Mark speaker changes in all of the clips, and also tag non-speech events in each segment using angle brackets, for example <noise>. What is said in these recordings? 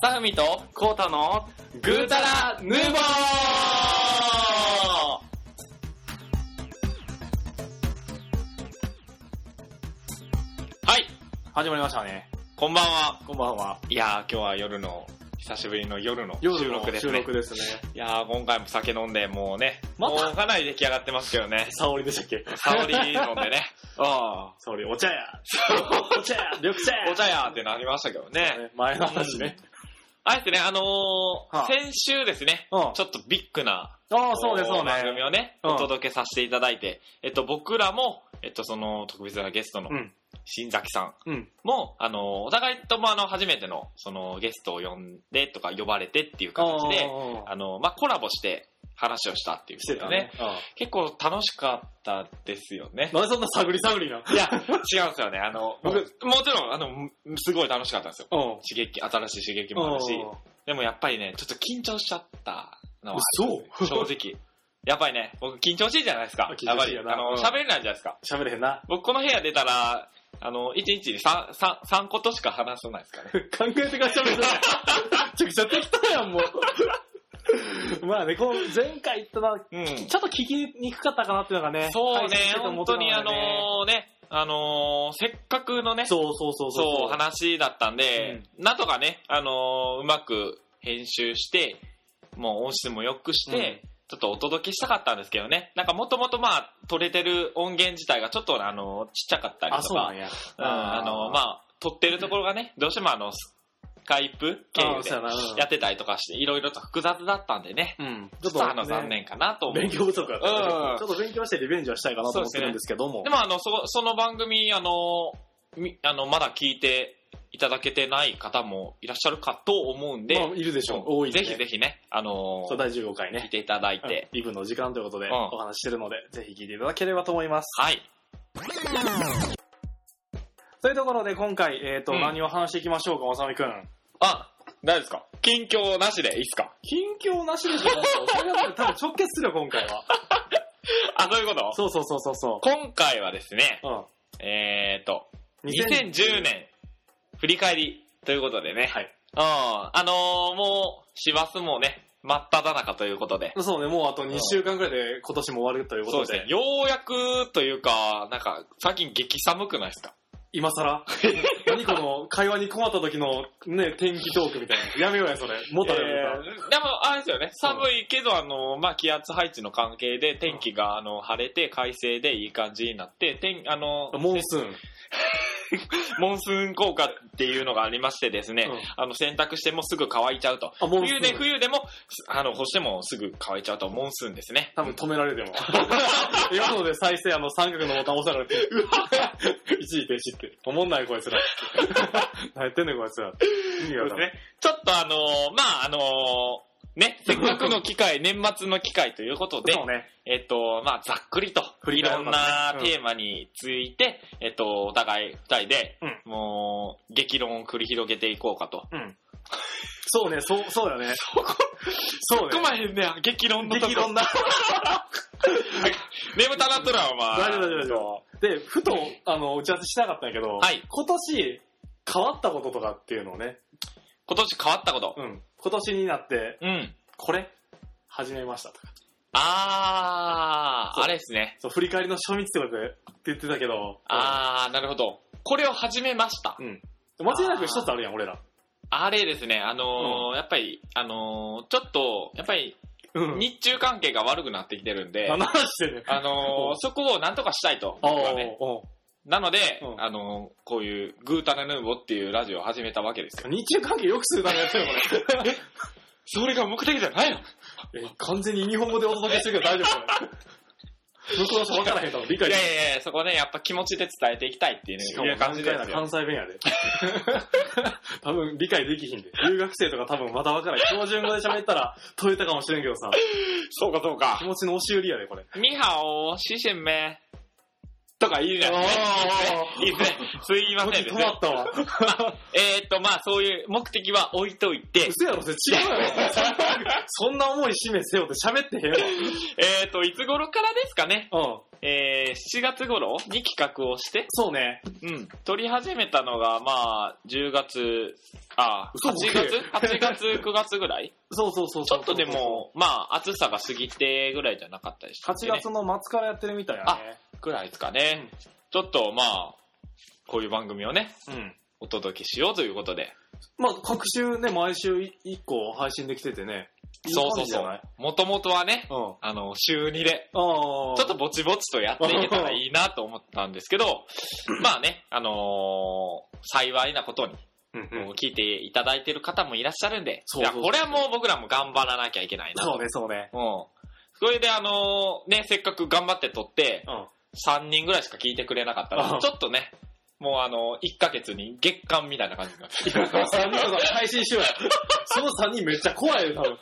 Speaker 1: 正文と
Speaker 2: コータの
Speaker 1: グータラヌーボーはい、
Speaker 2: 始まりましたね。
Speaker 1: こんばんは。
Speaker 2: こんばんは。
Speaker 1: いやー、今日は夜の、久しぶりの夜の
Speaker 2: 夜
Speaker 1: 収
Speaker 2: の
Speaker 1: 録です
Speaker 2: 収
Speaker 1: ね
Speaker 2: 録。ですね。
Speaker 1: いやー、今回も酒飲んで、もうね、
Speaker 2: ま
Speaker 1: も
Speaker 2: た
Speaker 1: うかなり出来上がってますけどね。
Speaker 2: 沙織でしたっけ
Speaker 1: 沙織飲んでね。 <laughs> ああ。
Speaker 2: 沙織、お茶やお茶や緑茶や
Speaker 1: お茶やーってなりましたけどね。
Speaker 2: 前の話ね。
Speaker 1: あえてね、あのー
Speaker 2: はあ
Speaker 1: 先週ですね、
Speaker 2: うん。あ
Speaker 1: ちょっとビッグな
Speaker 2: あ、そうね、そう
Speaker 1: 番組
Speaker 2: ね。
Speaker 1: をね、
Speaker 2: うん
Speaker 1: お届けさせていただいて、えっと、僕らも、えっと、その特別なゲストの
Speaker 2: うん。
Speaker 1: 新崎さん
Speaker 2: うん。
Speaker 1: も、あの、お互いともあの、初めての、その、ゲストを呼んでとか呼ばれてっていう形で、
Speaker 2: ああ
Speaker 1: あの、まあ、コラボして話をしたっていう、
Speaker 2: してたね。。
Speaker 1: 結構楽しかったですよね
Speaker 2: <laughs> うん。なんでそんな探り探りな。
Speaker 1: いや、違うんですよね。あの、僕、もちろん、あの、すごい楽しかったんですよ。
Speaker 2: うん。
Speaker 1: 刺激、新しい刺激もあるし、でもやっぱりね、ちょっと緊張しちゃったのはありますね、
Speaker 2: 嘘
Speaker 1: 正直。 <laughs> やっぱりね、僕緊張しいじゃないですか。
Speaker 2: 緊
Speaker 1: やっ
Speaker 2: 張
Speaker 1: ぱ
Speaker 2: しい
Speaker 1: り、
Speaker 2: よ
Speaker 1: あ
Speaker 2: な
Speaker 1: の、
Speaker 2: うん
Speaker 1: 喋れないじゃないですか。
Speaker 2: 喋れへんな。
Speaker 1: 僕この部屋出たら、あの、1日に 3, 三三個としか話さないですからね。
Speaker 2: <laughs> <laughs> 考えてから喋るな。 <laughs> ちょ、ちょ、適当やん、もう。 <laughs> まあね、こう、前回言ったな、
Speaker 1: うん。
Speaker 2: ちょっと聞きにくかったかなっていうのがね。
Speaker 1: そう
Speaker 2: 配
Speaker 1: ね
Speaker 2: 信して、て思
Speaker 1: 本
Speaker 2: っ
Speaker 1: 当
Speaker 2: てたの
Speaker 1: にあ
Speaker 2: がね
Speaker 1: のね、あのーせっかくのね、そう
Speaker 2: そうそうそうそう。
Speaker 1: 話だったんで、なんとかね、あのーうまく編集して、もう音質も良くして、ちょっとお届けしたかったんですけどね。なんかもともとまあ、取れてる音源自体がちょっとあの、ちっちゃかったり
Speaker 2: あ、
Speaker 1: と
Speaker 2: そうな
Speaker 1: か
Speaker 2: ん、や。
Speaker 1: うんあの、ま
Speaker 2: あ
Speaker 1: あ、撮ってるところがね、どうしてもあの、スカイプ経
Speaker 2: ー、
Speaker 1: 由
Speaker 2: そ
Speaker 1: で
Speaker 2: うやなうん
Speaker 1: やってたりとかして、いろいろと複雑だったんでね。
Speaker 2: うん。
Speaker 1: ちょっとあの、残念かなと思う。
Speaker 2: 勉強不足だったんで、
Speaker 1: うん
Speaker 2: ちょっと勉強してリベンジはしたいかなと思ってるんですけども。
Speaker 1: でもあの、そ、その番組、あの、みあの、まだ聞いていただけてない方もいらっしゃるかと思うんで、
Speaker 2: まあ、いるでしょう。多いで、
Speaker 1: ぜ
Speaker 2: ね。
Speaker 1: ひぜひね、あの
Speaker 2: そう、第15回
Speaker 1: 聞い
Speaker 2: ね。
Speaker 1: ていただいて、
Speaker 2: イブの時間ということで、
Speaker 1: うん
Speaker 2: お話ししてるので、ぜひ聞いていただければと思います。
Speaker 1: はい。
Speaker 2: というところで、今回、えっ、と、
Speaker 1: うん
Speaker 2: 何を話していきましょうか、まさみくん。
Speaker 1: あ、大丈夫ですか近況なしでいいっすか
Speaker 2: 近況なしでしょ、それはもう多分直結するよ、今回は。
Speaker 1: あ、そういうこと
Speaker 2: そうそうそうそうそ
Speaker 1: 今回はですね、
Speaker 2: う。うん。
Speaker 1: えーと、
Speaker 2: 2000
Speaker 1: 2010年振り返りということでね。
Speaker 2: はい
Speaker 1: うん。あのーもう、師走もね、真っ只中ということで。
Speaker 2: そうね、もうあと2週間ぐらいで今年も終わるというこ
Speaker 1: そう
Speaker 2: と
Speaker 1: です
Speaker 2: で、
Speaker 1: ね。ようやくというか、なんか、最近激寒くないですか <laughs>
Speaker 2: 今更何この会話に困った時のね、天気トークみたいな。やめようや、それ。もたれる
Speaker 1: えーでも、あれですよね。寒いけど、あのー、まあ、気圧配置の関係で、天気が、あの、晴れて、快晴でいい感じになって、天、あのー、
Speaker 2: モンスーン。
Speaker 1: モンスーン効果っていうのがありましてですね、
Speaker 2: うん
Speaker 1: あの、洗濯してもすぐ乾いちゃうと。
Speaker 2: あ、モンス
Speaker 1: 冬
Speaker 2: ーン。
Speaker 1: で、冬でも、あの、干してもすぐ乾いちゃうと、モンスーンですね。
Speaker 2: 多分止められて
Speaker 1: <laughs>
Speaker 2: も。今ので再生あの三角のボタン押されて、一時停止って。おもんないこいつら。何やってんねんこいつら。意味
Speaker 1: そう
Speaker 2: わ
Speaker 1: です
Speaker 2: かんない
Speaker 1: ね。ちょっとあのーまああのー
Speaker 2: <laughs>
Speaker 1: ね、せっかくの機会、年末の機会ということで、
Speaker 2: そうね。
Speaker 1: えっと、まあざっくりと、
Speaker 2: 振
Speaker 1: い
Speaker 2: り
Speaker 1: ろ
Speaker 2: 返る
Speaker 1: ん
Speaker 2: のね
Speaker 1: な
Speaker 2: うん
Speaker 1: テーマについて、えっと、お互い二人で、
Speaker 2: う
Speaker 1: もう、激論を繰り広げていこうかと。
Speaker 2: うん。そうね、そう、そうだね。
Speaker 1: そこ、
Speaker 2: そうね。
Speaker 1: まへんね、激論のとこ。
Speaker 2: 激論だ。
Speaker 1: 眠たなっとらはまあ。
Speaker 2: 大丈夫大丈夫大丈夫。で、ふと、あの、打ち合わせしてなかったんやけど、
Speaker 1: はい
Speaker 2: 今年、変わったこととかっていうのをね、
Speaker 1: 今年変わったこと。
Speaker 2: うん。今年になって、
Speaker 1: うん。
Speaker 2: これ、始めましたとか。
Speaker 1: あ
Speaker 2: そ
Speaker 1: ー、
Speaker 2: う
Speaker 1: あれですね。
Speaker 2: そう、振り返りの初日ってことで、って言ってたけど、
Speaker 1: あー、なるほど。これを始めました。
Speaker 2: うん。間違いなく一つあるやん、俺ら。
Speaker 1: あれですね、あのーやっぱり、あのーちょっと、やっぱり、
Speaker 2: うん。
Speaker 1: 日中関係が悪くなってきてるんで、
Speaker 2: 7してんねん。
Speaker 1: あのーそこをなんとかしたいと、
Speaker 2: お
Speaker 1: 僕
Speaker 2: う
Speaker 1: はね。
Speaker 2: おうお
Speaker 1: なので、
Speaker 2: うん
Speaker 1: あのーこういう、グータラヌーボっていうラジオを始めたわけですよ。
Speaker 2: う日中関係よくするためやってるのこれ。
Speaker 1: それが目的じゃないの
Speaker 2: え、完全に日本語でお届けしてるけど大丈
Speaker 1: <laughs>
Speaker 2: 夫かな向こうの人分からへんと理
Speaker 1: いや
Speaker 2: 解
Speaker 1: い
Speaker 2: でき
Speaker 1: やいや、そこね、やっぱ気持ちで伝えていきたいっていう,、
Speaker 2: しか
Speaker 1: い
Speaker 2: も
Speaker 1: う感じですよ。
Speaker 2: 関西弁やで。多分理解できひんで。留学生とか多分まだわからん。標準語で喋ったら解いたかもしれんけどさ。
Speaker 1: そうかそう
Speaker 2: 気
Speaker 1: か。
Speaker 2: 持ちの押し売りやで、これ。
Speaker 1: ニハオ、シシェンメ。とかいいじゃないですか。
Speaker 2: おー
Speaker 1: いいですね。すいませんです
Speaker 2: 止ま
Speaker 1: ね。
Speaker 2: っ
Speaker 1: <laughs>
Speaker 2: たわ。
Speaker 1: えーっと、まあ、そういう目的は置いといて、
Speaker 2: 嘘やろ、それ違うや
Speaker 1: <laughs>
Speaker 2: ろ。そんな思い示せよって喋ってへん
Speaker 1: えー、と、いつ頃からですかね、
Speaker 2: わ。
Speaker 1: えー、7月頃に企画をして、
Speaker 2: そうね。
Speaker 1: うん、撮り始めたのが、まあ、10月、あ、
Speaker 2: 嘘
Speaker 1: 8
Speaker 2: 僕
Speaker 1: 月 ?8
Speaker 2: <laughs>
Speaker 1: 月、9月ぐらい
Speaker 2: そうそうそう
Speaker 1: ち
Speaker 2: そう
Speaker 1: ょっとで。も、まあ、暑さが過ぎてぐらいじゃなかったでしたっけ
Speaker 2: 8
Speaker 1: ね、
Speaker 2: 月の末からやってるみたいやね。
Speaker 1: ぐらいですかね。ちょっと、まあ、こういう番組をね、
Speaker 2: うん。
Speaker 1: お届けしようということで。
Speaker 2: まあ、各週ね、毎週1個配信できててね。
Speaker 1: そうそうそ
Speaker 2: いい感
Speaker 1: う。もともとはね、
Speaker 2: じ
Speaker 1: あの、週2で、
Speaker 2: じゃないうん。ああ。
Speaker 1: ちょっと、ぼちぼちとやっていけたらいいなと思ったんですけ
Speaker 2: <laughs>
Speaker 1: ど、まあね、あのー幸いなことに、
Speaker 2: うんうん
Speaker 1: もう聞いていただいてる方もいらっしゃるんで、
Speaker 2: そうそうそう
Speaker 1: いやこれはもう僕らも頑張らなきゃいけないなと。
Speaker 2: そうね、そうね。
Speaker 1: うん。それであのーね、せっかく頑張って撮って、
Speaker 2: <laughs> うん。
Speaker 1: 3人ぐらいしか聞いてくれなかったら
Speaker 2: う、ん
Speaker 1: ちょっとね、もうあのー、1ヶ月に月間みたいな感じになって
Speaker 2: <laughs> 3人の配信しようや。その3人めっちゃ怖いよ、
Speaker 1: <laughs>
Speaker 2: 多分。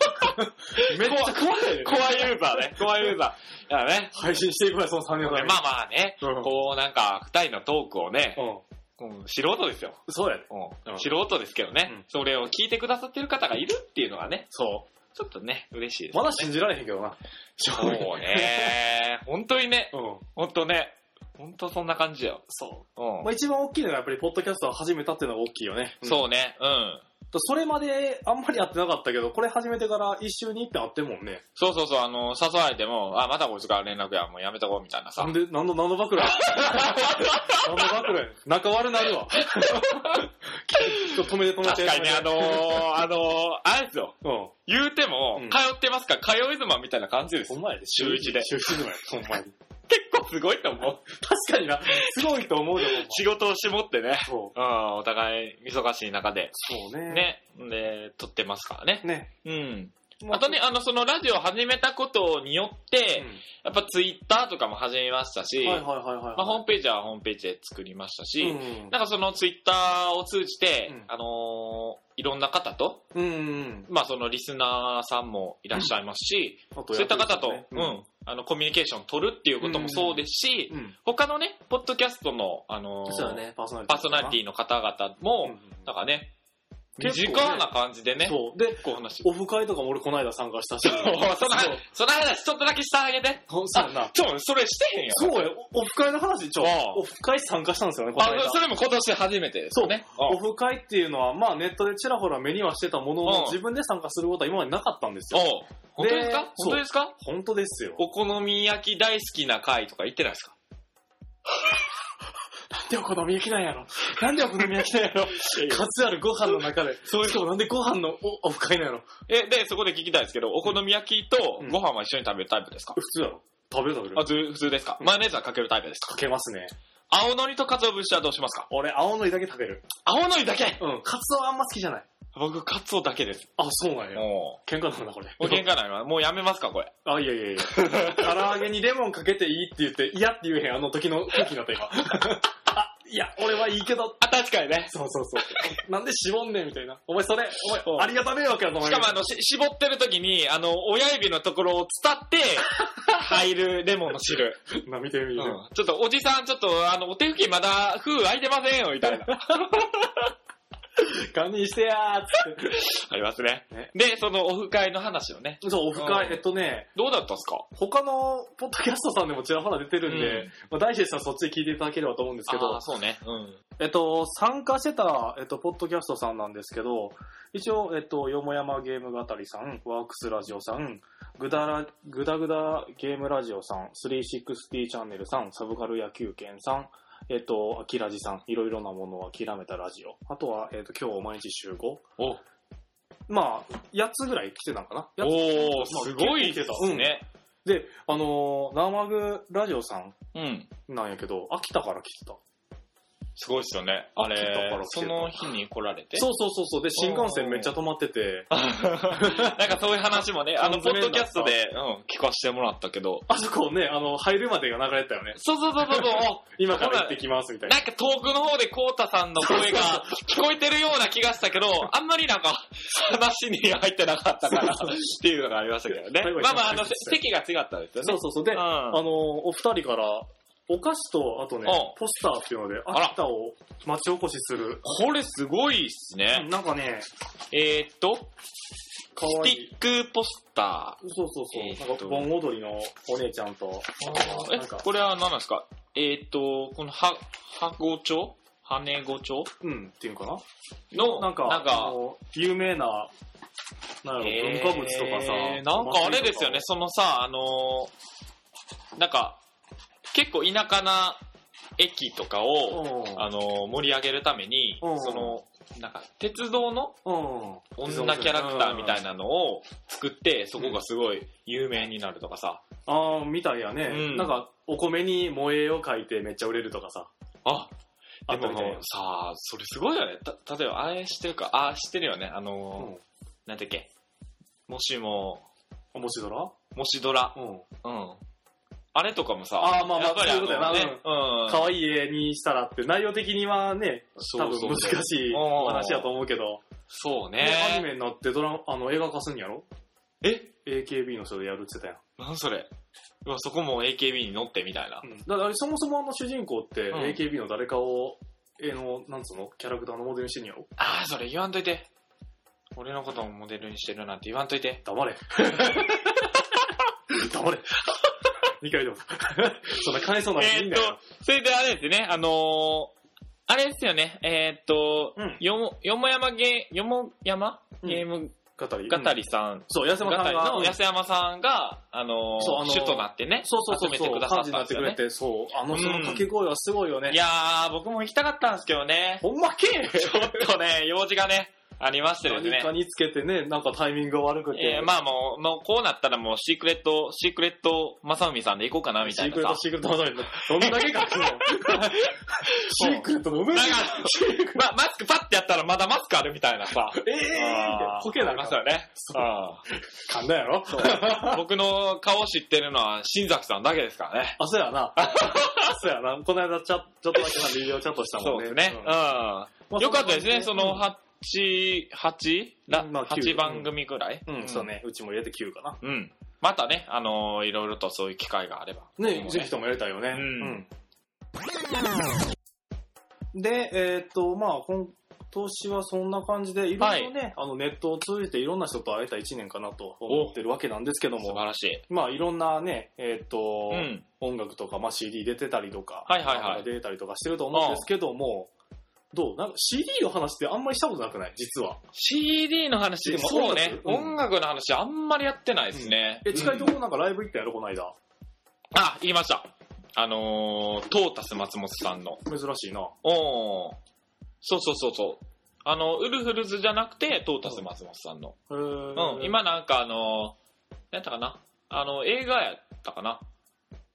Speaker 2: めっちゃ怖いよ。
Speaker 1: 怖いユーザーね、怖いユーザ
Speaker 2: <laughs>
Speaker 1: ー。だからね、
Speaker 2: 配信していくわよ、その3人のために
Speaker 1: まあまあね、
Speaker 2: うん
Speaker 1: こうなんか、2人のトークをね、
Speaker 2: うん。
Speaker 1: うん素人ですよ。
Speaker 2: そうやね。
Speaker 1: う、
Speaker 2: うんん
Speaker 1: 素人ですけどね、
Speaker 2: うん
Speaker 1: それを聞いてくださってる方がいるっていうのはね、
Speaker 2: そ
Speaker 1: ちょっとね、嬉しいで
Speaker 2: う。
Speaker 1: す。
Speaker 2: まだ信じられへんけどな。正
Speaker 1: そう
Speaker 2: 直
Speaker 1: ね、本当にね、
Speaker 2: うん。
Speaker 1: 本当ね、本当そんな感じだよ。
Speaker 2: そうう。
Speaker 1: ん
Speaker 2: まあ一番大きいのはやっぱり、ポッドキャストを始めたっていうのが大きいよね。うん。
Speaker 1: そうね、うん。
Speaker 2: それまであんまりやってなかったけど、これ始めてから一週に一遍会ってるもんね。
Speaker 1: そうそうそう、あの、誘われても、あ、またこいつから連絡や、もうやめとこうみたいなさ
Speaker 2: なん。で、なんの、なんの
Speaker 1: <laughs>
Speaker 2: 暴露や。なんの暴露やねん。仲悪なる
Speaker 1: <laughs>
Speaker 2: わ。 <laughs> ちょっと止めて止め
Speaker 1: 確
Speaker 2: て。
Speaker 1: かにね、あのー、あのー、あれですよ。
Speaker 2: うん。
Speaker 1: 言うても、
Speaker 2: うん
Speaker 1: 通ってますから、通い妻みたいな感じです
Speaker 2: ほ。んまやで、
Speaker 1: 週一で
Speaker 2: 週一でもやほん
Speaker 1: <laughs>
Speaker 2: まに。
Speaker 1: 結構すごいと思う。
Speaker 2: 確かにな。すごいと思うよ、
Speaker 1: <laughs> 仕事を絞ってね。
Speaker 2: ほんま。
Speaker 1: うん、お互い忙しい中で、
Speaker 2: そう。そうね。。
Speaker 1: ね、で、撮ってますからね。
Speaker 2: ね。
Speaker 1: うん。あとね、、あの、そのラジオ始めたことによって、やっぱツイッターとかも始めました
Speaker 2: う
Speaker 1: し、
Speaker 2: ん。はいはいはいはい。
Speaker 1: まあ、ホームページはホームページで作りましたし、
Speaker 2: うん
Speaker 1: なんかそのツイッターを通じて、
Speaker 2: うん
Speaker 1: あのーいろんな方と、
Speaker 2: うんうん。
Speaker 1: まあそのリスナーさんもいらっしゃいますし、
Speaker 2: そう
Speaker 1: そういった方と、うん、あの、コミュニケーション取るっていうこともそうですし、
Speaker 2: うん。
Speaker 1: 他のね、ポッドキャストの、あのー
Speaker 2: そうだね、パーソナリティ。
Speaker 1: パーソナリティの方々
Speaker 2: ィ
Speaker 1: も、なんかね、身近な感じでね、
Speaker 2: そう。で、
Speaker 1: こう話を。
Speaker 2: オフ会とかも俺この間参加したし。
Speaker 1: <laughs> そうその話、その話ちょっとだけしてあげて。
Speaker 2: そうそうやな。
Speaker 1: ちょ、それしてへんや
Speaker 2: そうや、オフ会の話、ちょ
Speaker 1: ああ、
Speaker 2: オフ会参加したんですよね、この間
Speaker 1: あ、それも今年初めてですよね。
Speaker 2: オフ会っていうのは、まあネットでちらほら目にはしてたもの
Speaker 1: うん
Speaker 2: の、自分で参加することは今までなかったんです
Speaker 1: お
Speaker 2: よ。
Speaker 1: おう本当です
Speaker 2: で
Speaker 1: か本当ですか
Speaker 2: 本当ですよ。
Speaker 1: お好み焼き大好きな会とか言ってないですか
Speaker 2: なんでお好み焼きなんやろなんでお好み焼きなんやろ数あるご飯の中で。そういうなんでご飯のおオフ会なんやろ
Speaker 1: え、で、そこで聞きたいですけど、お好み焼きと
Speaker 2: うん
Speaker 1: ご飯は一緒に食べるタイプですか
Speaker 2: 普通やろ食べる食べる
Speaker 1: あ、。ず普通ですかマヨネーズはかけるタイプですか
Speaker 2: かけますね。
Speaker 1: 青のりと鰹節はどうしますか
Speaker 2: 俺、青のりだけ食べる。
Speaker 1: 青のりだけ
Speaker 2: うん。カツオあんま好きじゃない。
Speaker 1: 僕、カツオだけです。
Speaker 2: あ、そうなんや。
Speaker 1: も
Speaker 2: 喧嘩なんだ、これ。
Speaker 1: う。お喧嘩ないわ。もうやめますかこれ。
Speaker 2: <laughs> あ、いやい <laughs> やいや。唐揚げにレモンかけていいって言って、嫌って言えへん、あの時の空気になった、 <laughs> 今。あ、いや、俺はいいけど。
Speaker 1: あ、確かにね。
Speaker 2: そうそうそう。なんで絞んねん、みたいな。お前それ、お
Speaker 1: うん
Speaker 2: 前、ありがた迷惑やと思
Speaker 1: し
Speaker 2: い
Speaker 1: か
Speaker 2: ま
Speaker 1: もあ
Speaker 2: す。
Speaker 1: の、し絞ってる時に、あの、親指のところを伝 <laughs> って、入るレモンの汁。
Speaker 2: な、見てみる。
Speaker 1: うんちょっとおじさん、ちょっとあの、お手拭きまだ封開いてませんよ、みたいな。 <laughs>
Speaker 2: 堪忍してやーっつって。
Speaker 1: ありますね
Speaker 2: ね
Speaker 1: で、そのオフ会の話をね。
Speaker 2: <laughs> そう、オフ
Speaker 1: う
Speaker 2: 会、
Speaker 1: ん
Speaker 2: えっとね、
Speaker 1: どうだったんすか
Speaker 2: 他のポッドキャストさんでもちらほら出てるんで、
Speaker 1: うん
Speaker 2: まあ、大志さんそっちで聞いていただければと思うんですけ
Speaker 1: あ
Speaker 2: ど
Speaker 1: ー、そうね。うん。
Speaker 2: えっと、参加してた、えっと、ポッドキャストさんなんですけど、一応、えっと、よもやまゲーム語りさん、ワークスラジオさん、ぐだら、ぐだぐだゲームラジオさん、360チャンネルさん、サブカル野球券さん、えっと、アキラジさん、いろいろなものを諦めたラジオ。あとは、えっと、今日毎日集合。
Speaker 1: お
Speaker 2: まあ、8つぐらい来てたのかな八つ
Speaker 1: おー、すごいで
Speaker 2: 結構
Speaker 1: す
Speaker 2: 来てた
Speaker 1: ね。
Speaker 2: で、あのー、生グラジオさん
Speaker 1: うん。
Speaker 2: なんやけど、秋田から来てた。
Speaker 1: すごいっすよね。あ
Speaker 2: 来てたか
Speaker 1: れ
Speaker 2: ら、来
Speaker 1: そ
Speaker 2: てた
Speaker 1: の日に来られて。 <laughs>
Speaker 2: そうそうそうそう。で、新幹線めっちゃ止まってて、
Speaker 1: なんかそういう話もね、あの、ポ
Speaker 2: 缶詰
Speaker 1: ッドキャストで、うん、聞かせてもらったけど。
Speaker 2: あそこね、あの、入るまでが流れてたよね。
Speaker 1: そうそうそうそう
Speaker 2: <laughs>
Speaker 1: そう。
Speaker 2: 今から行ってきますみたいな。
Speaker 1: <laughs> なんか遠くの方でコウタさんの声が聞こえてるような気がしたけど、あんまりなんか話に入ってなかったからっていうのがありましたけどね
Speaker 2: 最後。に
Speaker 1: まあまあ、あの、せ席が違ったんですよ
Speaker 2: <laughs> そ
Speaker 1: ね
Speaker 2: う。そうそう。で、
Speaker 1: うん
Speaker 2: あの、お二人から、お菓子と、あとね
Speaker 1: うん、
Speaker 2: ポスターっていうので、
Speaker 1: あら
Speaker 2: 秋田を町おこしする。
Speaker 1: これすごいっすね。
Speaker 2: なんかね、
Speaker 1: えーっと、
Speaker 2: か
Speaker 1: ス
Speaker 2: わい
Speaker 1: テ
Speaker 2: い。
Speaker 1: ィックポスタ
Speaker 2: そうそうそう。
Speaker 1: えーっと
Speaker 2: なんか、盆踊りのお姉ちゃんと、
Speaker 1: ー。え
Speaker 2: なんか、
Speaker 1: これは何なんですかえっ、と、このは、はごちょはねごちょ
Speaker 2: うん、っていうのか
Speaker 1: の、
Speaker 2: ななんか、あの有名な、なんやろ、
Speaker 1: えー
Speaker 2: 文化物とかさ、
Speaker 1: なんかあれですよね
Speaker 2: お祭りとかを、
Speaker 1: そのさ、あのーなんか、結構田舎な駅とかを、
Speaker 2: うん
Speaker 1: あのー盛り上げるために、
Speaker 2: うん
Speaker 1: その、なんか、鉄道の
Speaker 2: うん。
Speaker 1: 女キャラクターみたいなのを作って、そこがすごい有名になるとかさ、
Speaker 2: ああ、みたいやね。
Speaker 1: うん
Speaker 2: なんか、お米に萌えを書いてめっちゃ売れるとかさ。
Speaker 1: あ、
Speaker 2: あ
Speaker 1: で
Speaker 2: った
Speaker 1: も
Speaker 2: みたいや
Speaker 1: さ、それすごいよね。た、例えば、あれ知ってるか、あ、知ってるよね。あのー
Speaker 2: うん
Speaker 1: なんだっけ、もしも、
Speaker 2: 面白いな。
Speaker 1: もしドラ。
Speaker 2: うん。
Speaker 1: うん。あれとかもさ、
Speaker 2: あーまあまあ
Speaker 1: やっぱりあ
Speaker 2: そういうことやな
Speaker 1: のね、うん。
Speaker 2: 可愛い絵にしたらって、内容的にはね、
Speaker 1: そ
Speaker 2: 多
Speaker 1: う
Speaker 2: 分
Speaker 1: そう
Speaker 2: 難
Speaker 1: そう
Speaker 2: しいお話やと思うけど、
Speaker 1: そう
Speaker 2: ねアニ
Speaker 1: ね。
Speaker 2: メになってドラあの映画化すんやろ
Speaker 1: え
Speaker 2: ?AKB の人でやるって言って
Speaker 1: なんそれうわそこも AKB に乗ってみたいな
Speaker 2: た。やん。うん、だからあれそもそもあの主人公って、
Speaker 1: うん
Speaker 2: AKB の誰かを、絵の、なんつうのキャラクターのモデルにしてんやろ
Speaker 1: ああ、それ言わんといて。俺のことをモデルにしてるなんて言わんといて。
Speaker 2: 黙れ。 <laughs> 黙れ。2回でも。 <laughs> そんな金そうな話いい
Speaker 1: え
Speaker 2: ん
Speaker 1: ーっ
Speaker 2: だよ。
Speaker 1: と、それであれですね、あのー、あれですよね、えーっと、
Speaker 2: うん
Speaker 1: よも、よもやまゲー、よもやま
Speaker 2: うん
Speaker 1: ゲーム
Speaker 2: 語り。
Speaker 1: 語
Speaker 2: り。
Speaker 1: りさん、
Speaker 2: そう、安
Speaker 1: 語
Speaker 2: 山さん
Speaker 1: り
Speaker 2: が、
Speaker 1: の安山さんが、あのー
Speaker 2: そうあのー
Speaker 1: 主となってね、
Speaker 2: そうそうそう
Speaker 1: 集
Speaker 2: そ
Speaker 1: めて
Speaker 2: う、
Speaker 1: くださ
Speaker 2: 感
Speaker 1: っ
Speaker 2: じ
Speaker 1: た
Speaker 2: になんっ
Speaker 1: です
Speaker 2: てく
Speaker 1: よ
Speaker 2: れ
Speaker 1: ね。
Speaker 2: て、そう、あの人の掛け声はすごいよね。
Speaker 1: いやー、僕も行きたかったんですけどね、
Speaker 2: ほんまけえ
Speaker 1: ちょっとね、用事がね、ありましてです
Speaker 2: 何
Speaker 1: ね
Speaker 2: か。につけてね、なんかタイミングが悪くて。
Speaker 1: えーまあもう、もうこうなったらもうシークレット、シークレット正海さんで行こうかなみた
Speaker 2: シ
Speaker 1: い
Speaker 2: ークレッ
Speaker 1: な
Speaker 2: ト、
Speaker 1: さ。
Speaker 2: シークレットマザーに、どんだけ書くの
Speaker 1: <laughs>
Speaker 2: シークレット飲め
Speaker 1: だ
Speaker 2: る
Speaker 1: から、ま、マスクパッてやったらまだマスクあるみたいなさ。
Speaker 2: <laughs> えーって
Speaker 1: あー
Speaker 2: こけな
Speaker 1: ありま
Speaker 2: かっ
Speaker 1: すよね。
Speaker 2: そう噛んだやろ
Speaker 1: うん僕の顔知ってるのは新作さんだけですからね。
Speaker 2: あ、そう
Speaker 1: <laughs>
Speaker 2: やな。そうやな。この間、ちょっとだけさ、ビデオチャットしたも
Speaker 1: そう
Speaker 2: んね。
Speaker 1: ですね。うん。よかったですね、その、8、8? ら
Speaker 2: まあ九
Speaker 1: 8番組ぐらい。
Speaker 2: うん、そう。ね。うちも入れて9かな。
Speaker 1: うん。またね、あのーいろいろとそういう機会があれば。
Speaker 2: ね、
Speaker 1: 僕
Speaker 2: ぜ
Speaker 1: も
Speaker 2: ひともやりたいよね。
Speaker 1: うん
Speaker 2: うんで、えーっと、まあ、今年はそんな感じで、いろいろね、あのネットを通じていろんな人と会えた1年かなと思ってるわけなんですけど
Speaker 1: 素
Speaker 2: も、
Speaker 1: 晴らしい。
Speaker 2: まあ、いろんなね、えーっと、
Speaker 1: うん。
Speaker 2: 音楽とか、まあ、CD 出てたりとか、
Speaker 1: はいはいはい
Speaker 2: なんか出てたりとかしてると思うんですけども、どうなんか CD の話ってあんまりしたことなくない実は。
Speaker 1: CD の話、
Speaker 2: でも
Speaker 1: そうね、
Speaker 2: 音楽うん
Speaker 1: 音楽の話あんまりやってないですね。
Speaker 2: え、近いと
Speaker 1: うん
Speaker 2: ころなんかライブ行ったやろ、この間。
Speaker 1: あ、言いました。あのー、トータス松本さんの。
Speaker 2: 珍しいな。
Speaker 1: おーそうそうそうそう。あの、ウルフルズじゃなくて、トータス松本さんの。
Speaker 2: う
Speaker 1: うん、、今なんかあのー、なんやったかな。あの、映画やったかな。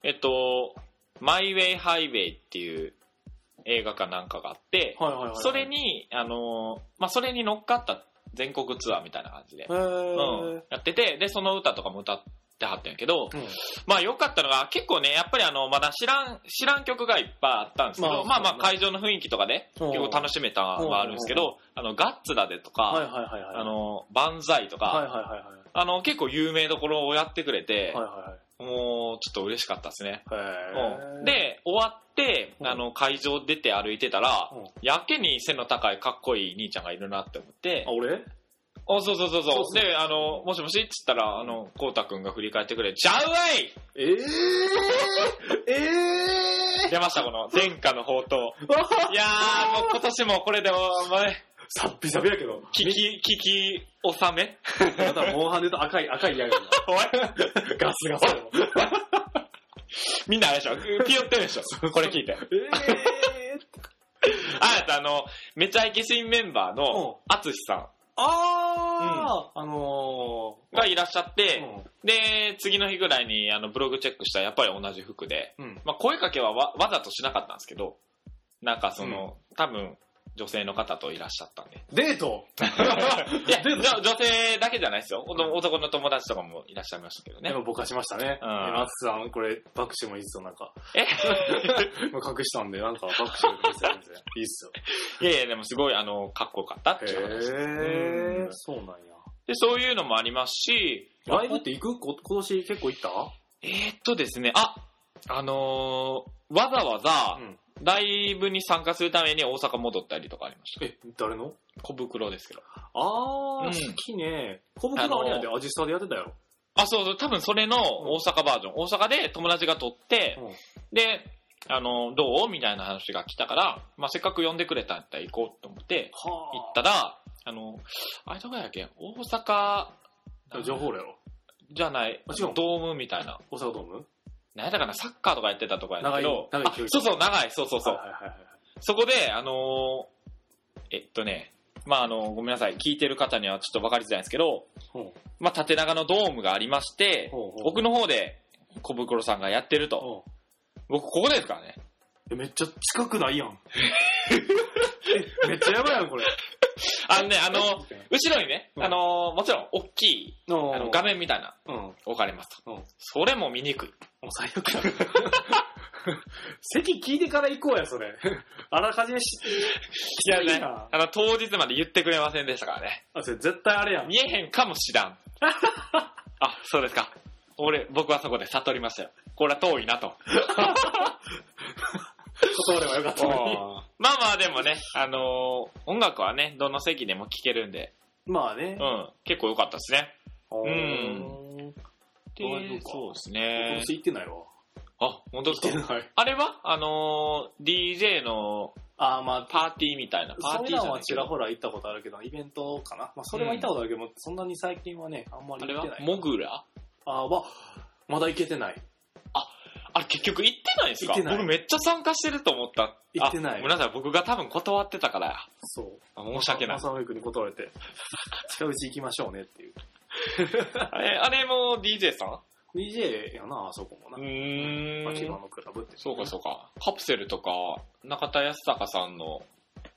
Speaker 1: えっと、マイウェイハイウェイっていう映画かなんかがあって、
Speaker 2: はいはいはいはい。
Speaker 1: それに、あのー、まあ、それに乗っかった全国ツアーみたいな感じで
Speaker 2: へ。ー、
Speaker 1: うん、やってて、で、その歌とかも歌ってはったんやけど、
Speaker 2: うん
Speaker 1: まあ良かったのが、結構ね、やっぱりあの、まだ知らん、知らん曲がいっぱいあったんですけ
Speaker 2: まあ
Speaker 1: ど、まあまあ
Speaker 2: そうね
Speaker 1: 会場の雰囲気とかね、
Speaker 2: うん
Speaker 1: 結構楽しめたのはあるんですけど、あの、ガッツだでと
Speaker 2: はい
Speaker 1: か、
Speaker 2: はいはいはい。
Speaker 1: あの、万歳と
Speaker 2: はい
Speaker 1: か、
Speaker 2: はいはいはい。
Speaker 1: あの、結構有名どころをやってくれて
Speaker 2: は、いは
Speaker 1: もうちょっと嬉しかったですね。
Speaker 2: いはい。
Speaker 1: う
Speaker 2: へ
Speaker 1: ん
Speaker 2: ー、
Speaker 1: で、終わって、
Speaker 2: うん
Speaker 1: あの、会場出て歩いてたら
Speaker 2: うん、
Speaker 1: やけに背の高いかっこいい兄ちゃんがいるなって思って
Speaker 2: あ、、俺
Speaker 1: あ、そうそうそう
Speaker 2: そう
Speaker 1: そう。
Speaker 2: そう
Speaker 1: で、あの、もしもしっつったら、あの、こうたくんが振り返ってくれ、ちゃうわい
Speaker 2: えー、
Speaker 1: <laughs>
Speaker 2: <laughs> え
Speaker 1: 出ました、この、殿下の宝刀。
Speaker 2: ー、わはい
Speaker 1: やー、もう今年もこれで、もうね、 <laughs>
Speaker 2: さっぴさびやけど。
Speaker 1: 聞き、聞き納め
Speaker 2: また、モンハンで言うと赤い、赤い矢が。
Speaker 1: おい
Speaker 2: <laughs> ガスガス。
Speaker 1: <laughs> みんなあれでしょピヨってるで <laughs> しょこれ聞いて。
Speaker 2: えー、
Speaker 1: あ、あとあの、めちゃイケ新メンバーの、あつしさ
Speaker 2: あー、あの
Speaker 1: んがいらっしゃっ
Speaker 2: ー、
Speaker 1: て、で、次の日ぐらいに、あの、ブログチェックしたら、やっぱり同じ服で、
Speaker 2: うん。うん。
Speaker 1: まあ、声かけはわわざとしなかったんですけど、なんかその、多分、女性の方といらっしゃったんで。
Speaker 2: デ
Speaker 1: <laughs>
Speaker 2: ート
Speaker 1: いや、じょ女性だけじゃないですよ。おと男の友達とかもいらっしゃいましたけどね
Speaker 2: で。もぼかしましたね。
Speaker 1: うん
Speaker 2: マツさん、これ、バクシもいいっすよ、なんか。 <laughs>
Speaker 1: え <laughs>
Speaker 2: もう隠したんで、なんか、バクシもいいっすよ、全然いいっすよ。
Speaker 1: いやいや、でもすごい、あの、かっこよかったっていう話で
Speaker 2: へ
Speaker 1: うん
Speaker 2: ー、そうなんや。
Speaker 1: そういうのもありますし、
Speaker 2: ライブって行くこ今年結構行った
Speaker 1: えーっとですね、あ、あのーわざわざ
Speaker 2: ん。
Speaker 1: ライブに参加するために大阪戻ったりとかありました。
Speaker 2: え、誰の
Speaker 1: 小袋ですけど。
Speaker 2: あー、
Speaker 1: うん
Speaker 2: 好きね。小袋あれやで、アジスタでやってたやろ。
Speaker 1: あ、そうそう、多分それの大阪バージョン。大阪で友達が撮って、で、あの、どうみたいな話が来たから、まあ、せっかく呼んでくれたんだったら行こうと思って、
Speaker 2: は
Speaker 1: 行ったら、あの、あれどこやっけ大阪、
Speaker 2: 情報やろ。
Speaker 1: じゃない
Speaker 2: あ違う、の
Speaker 1: ドームみたいな。
Speaker 2: 大阪ドーム
Speaker 1: 何やったかな、サッカーとかやってたとかやったけど、
Speaker 2: 長い長い
Speaker 1: あ
Speaker 2: 距離
Speaker 1: そうそう、長い、そうそうそう。
Speaker 2: はいはいはいはい。
Speaker 1: そこで、あのーえっとね、まあ、あの、ごめんなさい、聞いてる方にはちょっと分かりづらいんですけど、
Speaker 2: ほう
Speaker 1: まあ、縦長のドームがありまして、
Speaker 2: ほうほう
Speaker 1: 奥の方で小袋さんがやってると。
Speaker 2: ほう
Speaker 1: 僕、ここですからね。
Speaker 2: え、めっちゃ近く <laughs> ないやん。えめっちゃやばいやん、これ。
Speaker 1: あのね、あの、後ろにね、
Speaker 2: うん
Speaker 1: あのーもちろん、大きい、あ
Speaker 2: あ
Speaker 1: の、画。面みたいな、
Speaker 2: うん。も
Speaker 1: 置かれますと。
Speaker 2: うん
Speaker 1: それも見にくい。
Speaker 2: う最悪だ。 <laughs> 席聞いてから行こうや、それ。あらかじめし、
Speaker 1: いや
Speaker 2: いい
Speaker 1: ね、
Speaker 2: な
Speaker 1: あの、当日まで言ってくれませんでしたからね。
Speaker 2: あ、それ絶対あれやん。
Speaker 1: 見えへんかもしら
Speaker 2: <laughs>
Speaker 1: ん。あ、そうですか。俺、僕はそこで悟りましたよ。これは遠いなと。
Speaker 2: 断ればよかったのに。
Speaker 1: まあまあでもね、あのー音楽はね、どの席でも聴けるんで、
Speaker 2: まあね
Speaker 1: う。ん、結構良かったですね。
Speaker 2: うん。そういうことか
Speaker 1: そうです
Speaker 2: 今
Speaker 1: ね。
Speaker 2: 年行ってないわ。
Speaker 1: あ、本当ですか
Speaker 2: ない。
Speaker 1: あれはあのー DJ の
Speaker 2: あー、まあ、
Speaker 1: パーティーみたいな。パー
Speaker 2: そ
Speaker 1: ティー
Speaker 2: ういう
Speaker 1: じゃない
Speaker 2: のは
Speaker 1: け
Speaker 2: ち
Speaker 1: ど
Speaker 2: らほら行ったことあるけど、イベントかな。まあ、それは行ったことあるけど、そんなに最近はね、あんまり
Speaker 1: あれ
Speaker 2: 行ってな。
Speaker 1: はいモグラ
Speaker 2: あー、まあ、まだ行けてない。
Speaker 1: あれ結局行ってないんですか
Speaker 2: 行ってない
Speaker 1: 僕めっちゃ参加してると思った。
Speaker 2: 行ってない
Speaker 1: あごめんなさい、僕が多分断ってたからや。
Speaker 2: そう。
Speaker 1: あ申し訳ない
Speaker 2: <laughs> ま。さに断られて、近いうち行きましょうねっていう。
Speaker 1: あれ、あれも DJ さん
Speaker 2: DJ やな、あそこもな。
Speaker 1: う
Speaker 2: まあ、千
Speaker 1: ー
Speaker 2: 葉
Speaker 1: ん。
Speaker 2: のクラブって。
Speaker 1: そうかそうか。カプセルとか、中田康隆さんの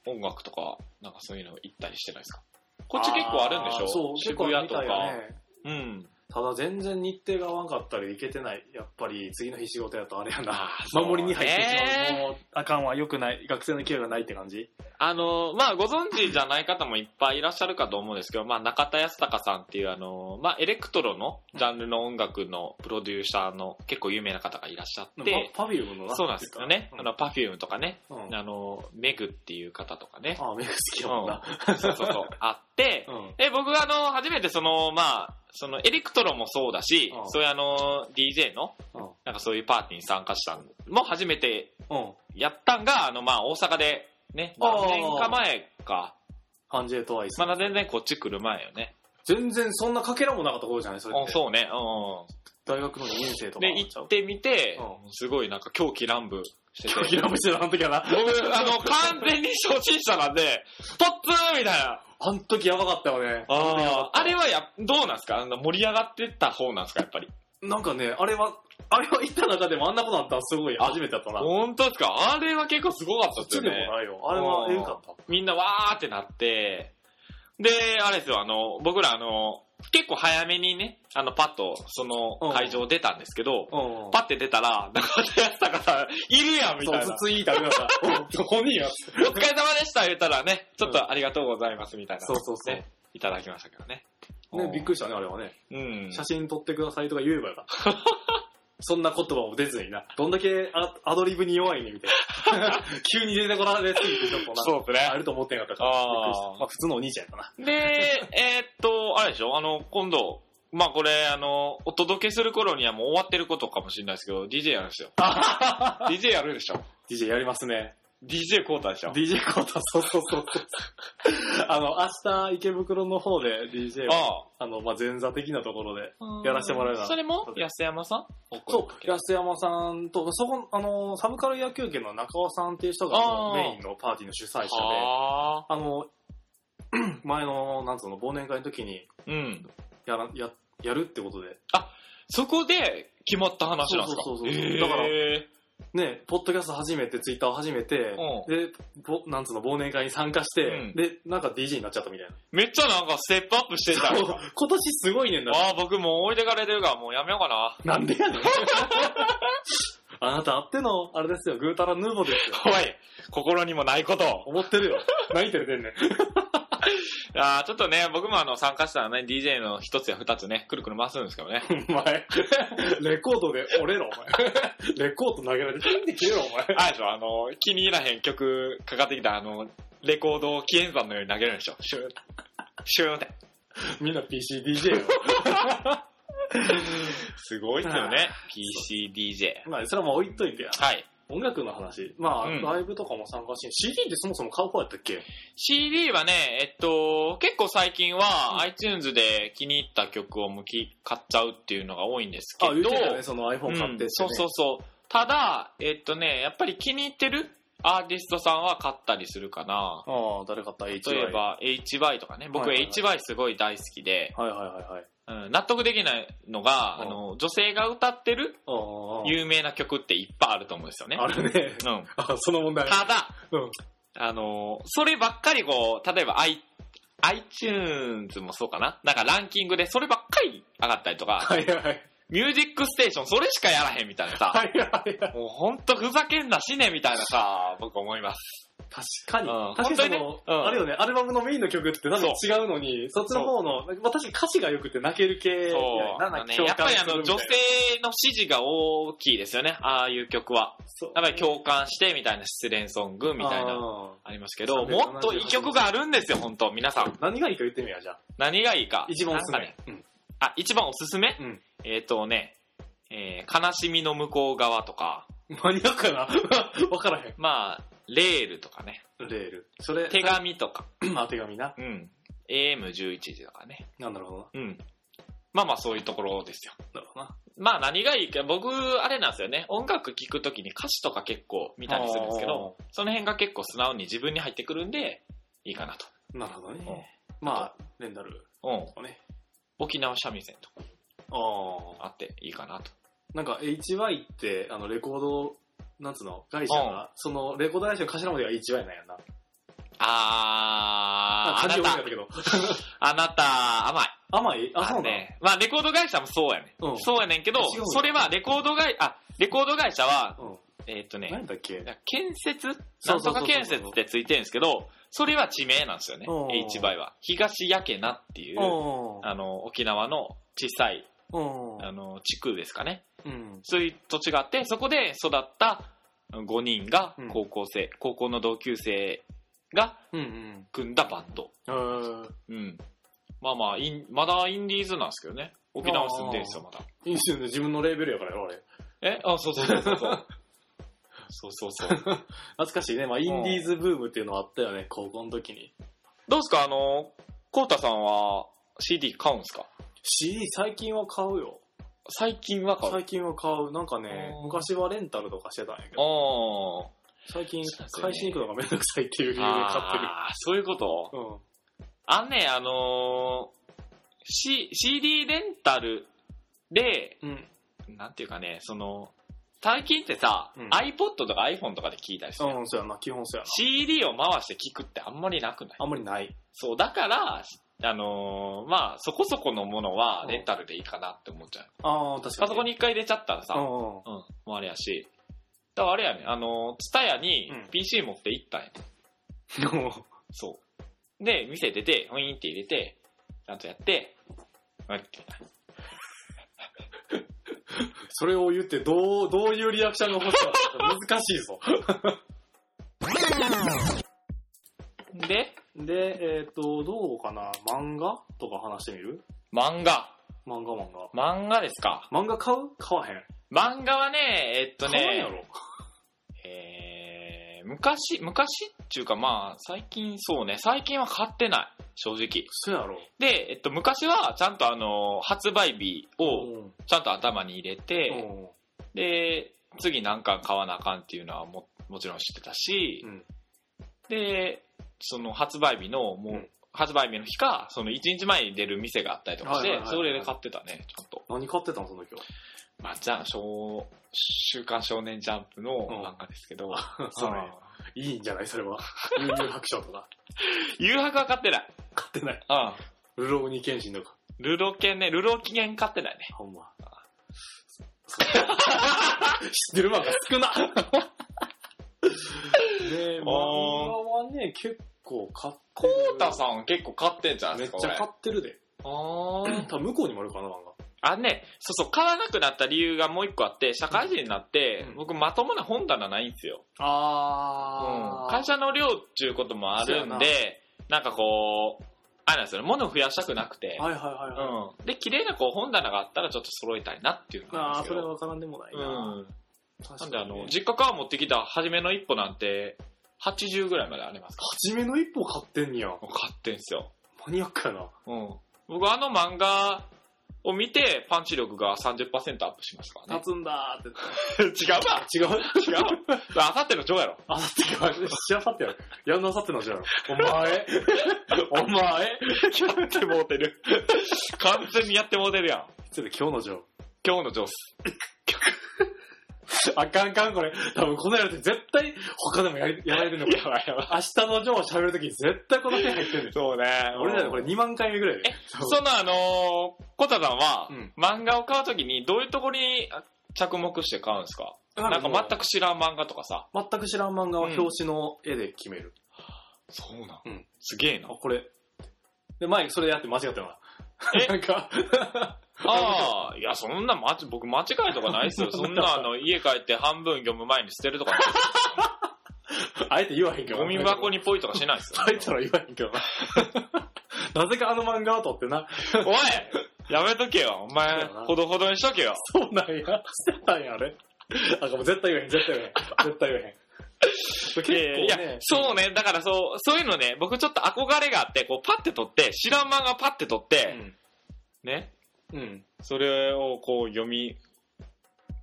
Speaker 1: 音楽とか、なんかそういうの行ったりしてないですかこっち結構あるんでしょ
Speaker 2: ーそう、結構
Speaker 1: 渋
Speaker 2: あ
Speaker 1: 谷
Speaker 2: るみ
Speaker 1: と
Speaker 2: た
Speaker 1: か。
Speaker 2: いやね。
Speaker 1: うん。
Speaker 2: ただ全然日程が合わんかったり行けてない。やっぱり次の日仕事やとあれや
Speaker 1: <laughs>
Speaker 2: な。
Speaker 1: あーそうね
Speaker 2: 守りに入ってしまう。もう、あかんわ、良くない。学生の勢いがないって感じ。
Speaker 1: あの、まあ、ご存知じゃない方もいっぱいいらっしゃるかと思うんですけど、まあ、中田康隆さんっていう、あの、まあ、エレクトロのジャンルの音楽のプロデューサーの結構有名な方がいらっしゃって、
Speaker 2: パパビウムの
Speaker 1: そうなんですよね。あの、パフュームとかね、
Speaker 2: うん
Speaker 1: あの、メグっていう方とかね、
Speaker 2: あ、目が好きやもんな。
Speaker 1: そうそうそう、あって、
Speaker 2: うん。
Speaker 1: で、僕があの、初めてその、まあ、そのエレクトロもそうだし、
Speaker 2: うん
Speaker 1: そういうあの、DJ の、
Speaker 2: うん
Speaker 1: なんかそういうパーティーに参加したのも初めて
Speaker 2: うん。
Speaker 1: やったんが、あの、まあ、大阪で、ね、
Speaker 2: あー
Speaker 1: 何年か前か、
Speaker 2: ハンジェとアイス
Speaker 1: ま。だ全然こっち来る前よね。
Speaker 2: 全然そんなかけらもなかったことじゃないそれっ
Speaker 1: あ
Speaker 2: て。
Speaker 1: そうね、
Speaker 2: 大学の2年生
Speaker 1: う
Speaker 2: と
Speaker 1: ん。
Speaker 2: か。
Speaker 1: で、行ってみて、
Speaker 2: う
Speaker 1: すごいなんか狂気乱舞してて。
Speaker 2: ちゃう。諦めしてた、あの時はな。
Speaker 1: 僕、あの、完全に初心者なんで、 <laughs> ポッツーみたいな。
Speaker 2: あの時やばかったよね。
Speaker 1: ああれはや、どうなんですかあの盛り上がってた方なんですかやっぱり。
Speaker 2: なんかね、あれは、あれは行った中でもあんなことあったらすごい初めてだったな。こ
Speaker 1: 本当ですかあれは結構すごかった
Speaker 2: っ
Speaker 1: です
Speaker 2: ち
Speaker 1: よ
Speaker 2: で
Speaker 1: ね
Speaker 2: も。ないよ。あれはええかった。
Speaker 1: みんなわーってなって、で、あれですよ、あの、僕らあの、結構早めにね、あの、パッと、その
Speaker 2: うん
Speaker 1: 会場出たんですけど、
Speaker 2: うん
Speaker 1: パッて出たら、中田康隆さん、いるやんみたい
Speaker 2: そう
Speaker 1: な。
Speaker 2: つついたみたい <laughs> な。うん本人や。
Speaker 1: お疲れ様でした言ったらね、ちょっとありがとうございますみたいな。
Speaker 2: そうそうそう
Speaker 1: ねいただきましたけどね。
Speaker 2: ね、びっくりしたね、あれはね。
Speaker 1: り。うん。
Speaker 2: 写真撮ってくださいとか言えばよか <laughs> った。そんな言葉も出ずにな。どんだけアアドリブに弱いね、みたい <laughs> な。急に出てこられすぎて、ちょっとな。
Speaker 1: そうですね
Speaker 2: あ。ると思ってなかったから。
Speaker 1: あー
Speaker 2: びっくりしたまあ、普通のお兄ちゃんやったな。
Speaker 1: で、えーっと、あれでしょあの、今度、まあこれ、あの、お届けする頃にはもう終わってることかもしれないですけど、DJ やるんで
Speaker 2: <laughs>
Speaker 1: すよ。DJ やるでしょ
Speaker 2: DJ やりますね。
Speaker 1: ?DJ 交代でしょ
Speaker 2: DJ コータ、そうそうそう。あの、明日、池袋の方で DJ を、あ
Speaker 1: あ
Speaker 2: の、まあ、前座的なところで。
Speaker 1: あ。
Speaker 2: やらせてもらえるな
Speaker 1: それも安山さんお声
Speaker 2: そ
Speaker 1: か
Speaker 2: う、
Speaker 1: け
Speaker 2: 安山さんと、そこ、あの、サブカル野球圏の中尾さんっていう人が
Speaker 1: あー
Speaker 2: メインのパーティーの主催者で、
Speaker 1: はあ
Speaker 2: あの、 <clears throat> 前の、なんつうの、忘年会の時に
Speaker 1: うん。
Speaker 2: やら、や、やるってことで、
Speaker 1: そこで決まった話なんですか
Speaker 2: そうそうそうそう
Speaker 1: へー
Speaker 2: だからね、ポッドキャスト初めて、ツイッター初めて、
Speaker 1: う
Speaker 2: で、ぼなんつうの、忘年会に参加して、
Speaker 1: うん
Speaker 2: で、なんか DJ になっちゃったみた
Speaker 1: <laughs>
Speaker 2: いな。
Speaker 1: めっちゃなんかステップアップしてた。
Speaker 2: そう <laughs> 今年すごいねんだ
Speaker 1: ああ、僕もう置いてかれてるからもうやめようかな。
Speaker 2: なん
Speaker 1: <laughs>
Speaker 2: でやねん。あなたあっての、あれですよ、ぐう
Speaker 1: <laughs>
Speaker 2: たらヌーボーですよ。
Speaker 1: 怖い。心にもないことを。 <laughs>
Speaker 2: 思ってるよ。何照れてんねん。
Speaker 1: あーちょっとね、僕もあの、参加したらね、DJ の一つや二つね、くるくる回すんですけ
Speaker 2: <laughs>
Speaker 1: どね。
Speaker 2: お前、レコードで折れろ、お
Speaker 1: <laughs>
Speaker 2: 前。レコード投げられて、ピンで切れろ、お前。
Speaker 1: あれでしょ、あの、気に入らへん曲かかってきた、あの、レコードを紀元山のように投げるんでしょ。シューン。シューンって。
Speaker 2: みん
Speaker 1: <laughs>
Speaker 2: な PCDJ よ。
Speaker 1: すごいっすよね。PCDJ。
Speaker 2: まあ、それはもう置いといてや。
Speaker 1: はい。
Speaker 2: 音楽の話。まあ、
Speaker 1: うん
Speaker 2: ライブとかも参加して、CD ってそもそも買う方やったっけ
Speaker 1: CD はね、えっと、結構最近
Speaker 2: う
Speaker 1: は
Speaker 2: ん
Speaker 1: iTunes で気に入った曲を向き買っちゃうっていうのが多いんですけど、
Speaker 2: たよその iPhone
Speaker 1: うん
Speaker 2: 買ってってね
Speaker 1: そうそうそう。ただ、えっとね、やっぱり気に入ってるアーティストさんは買ったりするかな。
Speaker 2: ああ、誰買った ?HY。
Speaker 1: 例えば HY とかね、僕
Speaker 2: はいはい
Speaker 1: HY すごい大好きで、
Speaker 2: はいはいはいはい。
Speaker 1: うん納得できないのが、
Speaker 2: うん
Speaker 1: あの、女性が歌ってる
Speaker 2: ああ
Speaker 1: 有名な曲っていっぱいあると思うんですよね。
Speaker 2: あるね。 <laughs>
Speaker 1: うん。
Speaker 2: あ、その問題。
Speaker 1: ただ、
Speaker 2: うん。
Speaker 1: あのーそればっかりこう、例えば i、iTunes もそうかななんかランキングでそればっかり上がったりとか、
Speaker 2: はいはいはい。
Speaker 1: ミュージックステーションそれしかやらへんみたいなさ、
Speaker 2: はいはいはい。
Speaker 1: もうほんとふざけんなしねみたいなさ、僕思います。
Speaker 2: 確かに。
Speaker 1: うん
Speaker 2: 確かにそ
Speaker 1: 本
Speaker 2: の、
Speaker 1: 当にねうん
Speaker 2: あれよね、アルバムのメインの曲って多分違うのに、そっちの方の、まあ確かに歌詞が良くて泣ける系みたい
Speaker 1: そう。
Speaker 2: な。
Speaker 1: あ
Speaker 2: な
Speaker 1: の
Speaker 2: ん
Speaker 1: ね
Speaker 2: か、共
Speaker 1: やっぱ
Speaker 2: 感
Speaker 1: り
Speaker 2: す
Speaker 1: あの
Speaker 2: るみ
Speaker 1: 女
Speaker 2: たい
Speaker 1: 性
Speaker 2: な
Speaker 1: の支持が大きいですよね、ああいう曲は。
Speaker 2: そう
Speaker 1: やっぱり共感してみたいな失恋ソングみたいな。
Speaker 2: あ
Speaker 1: ありますけど、もっといい曲があるんですよ、本当皆さん。
Speaker 2: ー何がいいか言ってみようじゃあ。
Speaker 1: 何がいいか。
Speaker 2: 一番おすす
Speaker 1: なんかね
Speaker 2: め。うん
Speaker 1: あ、一番おすすめ、
Speaker 2: うん
Speaker 1: えっ、とね、えー悲しみの向こう側とか、
Speaker 2: マニアックかな <laughs> わからへ
Speaker 1: まあ、レールとかね、
Speaker 2: ん。レール。それ、
Speaker 1: 手紙とか、
Speaker 2: <laughs> まあ手紙な。
Speaker 1: うん、AM11 時とかね、
Speaker 2: なんだろ
Speaker 1: うん。まあまあそういうところですよ。
Speaker 2: うな。なるほどな。
Speaker 1: まあ何がいいか、僕、あれなんですよね、音楽聴くときに歌詞とか結構見たりするんですけど、その辺が結構素直に自分に入ってくるんで、いいかなと。
Speaker 2: あー。なるほどね。まあ、レンダル
Speaker 1: うん。
Speaker 2: とかね。
Speaker 1: 沖縄三味線とか
Speaker 2: ああ。
Speaker 1: あっていいかなと。
Speaker 2: なんか HY って、あの、レコード、なんつうの会社が、その、レコード会社の頭文字が HY なんやな。
Speaker 1: あー、あ
Speaker 2: 漢字
Speaker 1: な
Speaker 2: 多い
Speaker 1: た
Speaker 2: んだ、けど。
Speaker 1: あなた、甘い。
Speaker 2: 甘いあ、そうね。
Speaker 1: ね。まあ、レコード会社もそうやね。
Speaker 2: うん
Speaker 1: そうやねんけど
Speaker 2: 違うよ、
Speaker 1: それはレコード会、あ、レコード会社は、
Speaker 2: うん。
Speaker 1: えーっとね
Speaker 2: 何、だっけ
Speaker 1: 建設
Speaker 2: そ
Speaker 1: な
Speaker 2: うんそうそうそう
Speaker 1: とか建設ってついてるんですけど、それは地名なんですよね、
Speaker 2: うん
Speaker 1: H バイは。東やけなっていう、
Speaker 2: お
Speaker 1: あの、沖縄の小さい、
Speaker 2: お
Speaker 1: あの、地区ですかね。
Speaker 2: うん。
Speaker 1: そういう土地があって、そこで育った5人が
Speaker 2: うん
Speaker 1: 高校生、高校の同級生が
Speaker 2: うん
Speaker 1: 組んだバンド。
Speaker 2: うん。
Speaker 1: うん。まあまあ、インまだインディーズなんですけどね。沖縄住んでるんですよ、まだ。
Speaker 2: いいっすよね。自分のレーベルやからよ、あれ。
Speaker 1: えあ、そうそうそうそうそう。そうそうそう。
Speaker 2: <laughs> 懐かしいね。まあ、インディーズブームっていうのはあったよね、高校の時に。
Speaker 1: <laughs> どうすかあの、コウタさんは CD 買うんすか
Speaker 2: CD 最近は買うよ。
Speaker 1: 最近は買う。
Speaker 2: 最近は買う。なんかね
Speaker 1: あ、ー
Speaker 2: 昔はレンタルとかしてたんやけど、
Speaker 1: おー。
Speaker 2: 最近
Speaker 1: そうですよね
Speaker 2: 返しに行くのがめんどくさいっていう理由で買ってる。
Speaker 1: あー、そういうこと
Speaker 2: うん。
Speaker 1: あんね、あのー、C、CD レンタルで、
Speaker 2: うん。
Speaker 1: なんていうかね、その、最近ってさ、
Speaker 2: うん
Speaker 1: iPod とか iPhone とかで聞いたりするやん。
Speaker 2: うん、そうやな。基本そうやな。
Speaker 1: CD を回して聞くってあんまりなくない
Speaker 2: あんまりない。
Speaker 1: そう、だから、あのーまあ、そこそこのものは
Speaker 2: うん
Speaker 1: レンタルでいいかなって思っちゃう。
Speaker 2: ああ、確か
Speaker 1: パ
Speaker 2: に。
Speaker 1: ソコンに一回入れちゃったらさ、
Speaker 2: う
Speaker 1: うんん、
Speaker 2: うん。
Speaker 1: もうあれやし。だからあれやね、あのー、ツタヤに
Speaker 2: うん
Speaker 1: PC 持って行ったんや、
Speaker 2: うん。
Speaker 1: そう。で、店出て、ホイーンって入れて、ちゃんとやって、はいって
Speaker 2: それを言って、どう、どういうリアクションが欲しかったか難しいぞ。
Speaker 1: <laughs> で、
Speaker 2: で、えっ、と、どうかな漫画とか話してみる
Speaker 1: 漫画。
Speaker 2: 漫画漫画。
Speaker 1: 漫画ですか。
Speaker 2: 漫画買う買わへん。
Speaker 1: 漫画はね、えっと
Speaker 2: 買わんや
Speaker 1: ね、
Speaker 2: ろ。
Speaker 1: えー、昔、昔っていうかまあ、最近そうね、最近は買ってない、正直。
Speaker 2: そうやろ。
Speaker 1: で、えっと、昔はちゃんとあの、発売日を
Speaker 2: うん。
Speaker 1: ちゃんと頭に入れ
Speaker 2: う
Speaker 1: て、
Speaker 2: ん
Speaker 1: で、次何巻買わなあかんっていうのはももちろん知ってたし、
Speaker 2: うん
Speaker 1: で、その発売日の、もう、
Speaker 2: うん
Speaker 1: 発売日の日か、その1日前に出る店があったりとかして、
Speaker 2: はいはいはいはい
Speaker 1: それで買ってたね、ちゃんと。
Speaker 2: 何買ってたのその時は。
Speaker 1: まあ、じゃあ、小週刊少年ジャンプの
Speaker 2: うん
Speaker 1: 漫画ですけど、
Speaker 2: そう
Speaker 1: あ
Speaker 2: ね。いいんじゃないそれは。幽遊白書と
Speaker 1: <laughs>
Speaker 2: か。
Speaker 1: ー誘白は買ってない。
Speaker 2: 買ってない。
Speaker 1: うん。
Speaker 2: ルローニケンシンとか。
Speaker 1: ルロケンね、ルロケン買ってないね。
Speaker 2: ほんま。 <laughs> 知ってる漫画少な。で、漫画はね、結構買って
Speaker 1: コ
Speaker 2: る。
Speaker 1: ータさん結構買ってんじゃない
Speaker 2: め
Speaker 1: です
Speaker 2: っ
Speaker 1: か
Speaker 2: ちゃ買
Speaker 1: っ
Speaker 2: ってるで。
Speaker 1: あー
Speaker 2: 多分向こうにもあるかな、漫画。
Speaker 1: あのね、そうそう、買わなくなった理由がもう一個あって、社会人になって、
Speaker 2: うん
Speaker 1: 僕まともな本棚ないんですよ。
Speaker 2: あ
Speaker 1: 会社の量っていうこともあるんで、なんかこう、あれなんですよね、物を増やしたくなくて。
Speaker 2: はいはいはいはい。
Speaker 1: うん。で、綺麗なこう本棚があったらちょっと揃えたいなっていうのが
Speaker 2: あ
Speaker 1: あ
Speaker 2: あ、そ
Speaker 1: るん
Speaker 2: れ
Speaker 1: ですよ。
Speaker 2: はわからんでもないな。
Speaker 1: うん。な
Speaker 2: 確
Speaker 1: んで
Speaker 2: か
Speaker 1: あ
Speaker 2: にね、
Speaker 1: の、実家から持ってきた初めの一歩なんて、80ぐらいまでありますか
Speaker 2: 初めの一歩買ってんねや。
Speaker 1: ら買ってんすよ。
Speaker 2: マニアックやな。
Speaker 1: うん。僕あの漫画を見て、パンチ力が30%アップしましたからね。
Speaker 2: 立つんだーっ
Speaker 1: <laughs>
Speaker 2: て。
Speaker 1: 違うわ
Speaker 2: 違う
Speaker 1: 違うあさってのジョーやろ。
Speaker 2: あさってか、しあさってやろ。やんなあさってのじゃん。お前、お前、
Speaker 1: やってもうてる。完全にやってもうてるやん。
Speaker 2: 失礼、今日のじゃん。
Speaker 1: 今日のジョース。
Speaker 2: あかんあかん、これ。多分このやるって絶対他でもやりやられるのこれ。
Speaker 1: ばいやばい。
Speaker 2: 明日のジョーを喋るときに絶対この手入ってんねん。
Speaker 1: そうね。
Speaker 2: 俺らこれ2万回目ぐらいで。
Speaker 1: えそのあのー、コタさんは、
Speaker 2: うん
Speaker 1: 漫画を買うときにどういうところに着目して買うんですか
Speaker 2: な
Speaker 1: なんか全く知らん漫画とかさ。
Speaker 2: 全く、全く知らん漫画は
Speaker 1: うん
Speaker 2: 表紙の絵で決める。
Speaker 1: そうなん
Speaker 2: うん
Speaker 1: すげえな
Speaker 2: あ、。これ。で、前それやって間違ったよな。
Speaker 1: え
Speaker 2: <laughs> なんか、
Speaker 1: ああ、いや、そんな、まち、僕間違いとかないっすよ。そんな、あの、
Speaker 2: <laughs>
Speaker 1: 家帰って半分読む前に捨てるとか、
Speaker 2: あえて言わへんけど。
Speaker 1: ゴミ箱
Speaker 2: に。 <laughs>
Speaker 1: にポイとかしないっすよ。
Speaker 2: タイトルは言わへ
Speaker 1: <laughs>
Speaker 2: んけどな。なぜかあの漫画を撮ってな。
Speaker 1: おいやめとけよ。お前、ほどほどにしとけよ。
Speaker 2: そうなんや。してたんや、あれ。あ、もう絶対言わへん、絶対言わへん。絶対言わへん。結構ね
Speaker 1: いやいや、そうね、だからそう、そういうのね、僕ちょっと憧れがあって、こう、パッて撮って、知らん漫画パッて撮って、ね、
Speaker 2: うん。うん。
Speaker 1: それをこう、読み、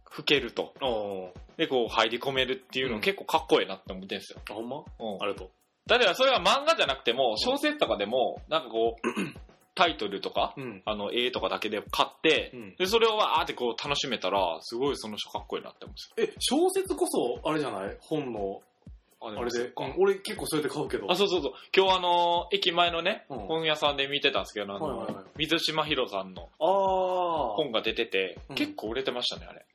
Speaker 1: ふけると。
Speaker 2: おー
Speaker 1: で、こう、入り込めるっていう
Speaker 2: う
Speaker 1: の
Speaker 2: ん
Speaker 1: 結構かっこいいなって思ってんすよ。
Speaker 2: あ、ほんま
Speaker 1: うん
Speaker 2: あ。りがと
Speaker 1: だからそれは漫画じゃなくても、小説とかでも、なんかこう、 <clears throat> タイトルとか、
Speaker 2: う。うん。
Speaker 1: あの、絵とかだけで買って
Speaker 2: うん、
Speaker 1: で、それをわーってこう、楽しめたら、すごいその人かっこいいなって思うんです
Speaker 2: え、小説こそ、あれじゃない本の、
Speaker 1: よ。
Speaker 2: あれで。
Speaker 1: もそっ
Speaker 2: う
Speaker 1: か
Speaker 2: ん俺結構そうやって買うけど。
Speaker 1: あ、そうそうそう。今日あのー駅前のね、
Speaker 2: うん
Speaker 1: 本屋さんで見てたんですけど、あのー
Speaker 2: はいはいはい
Speaker 1: 水島ひろさんの
Speaker 2: あー。
Speaker 1: 本が出てて、
Speaker 2: うん
Speaker 1: 結構売れてましたね、あれ。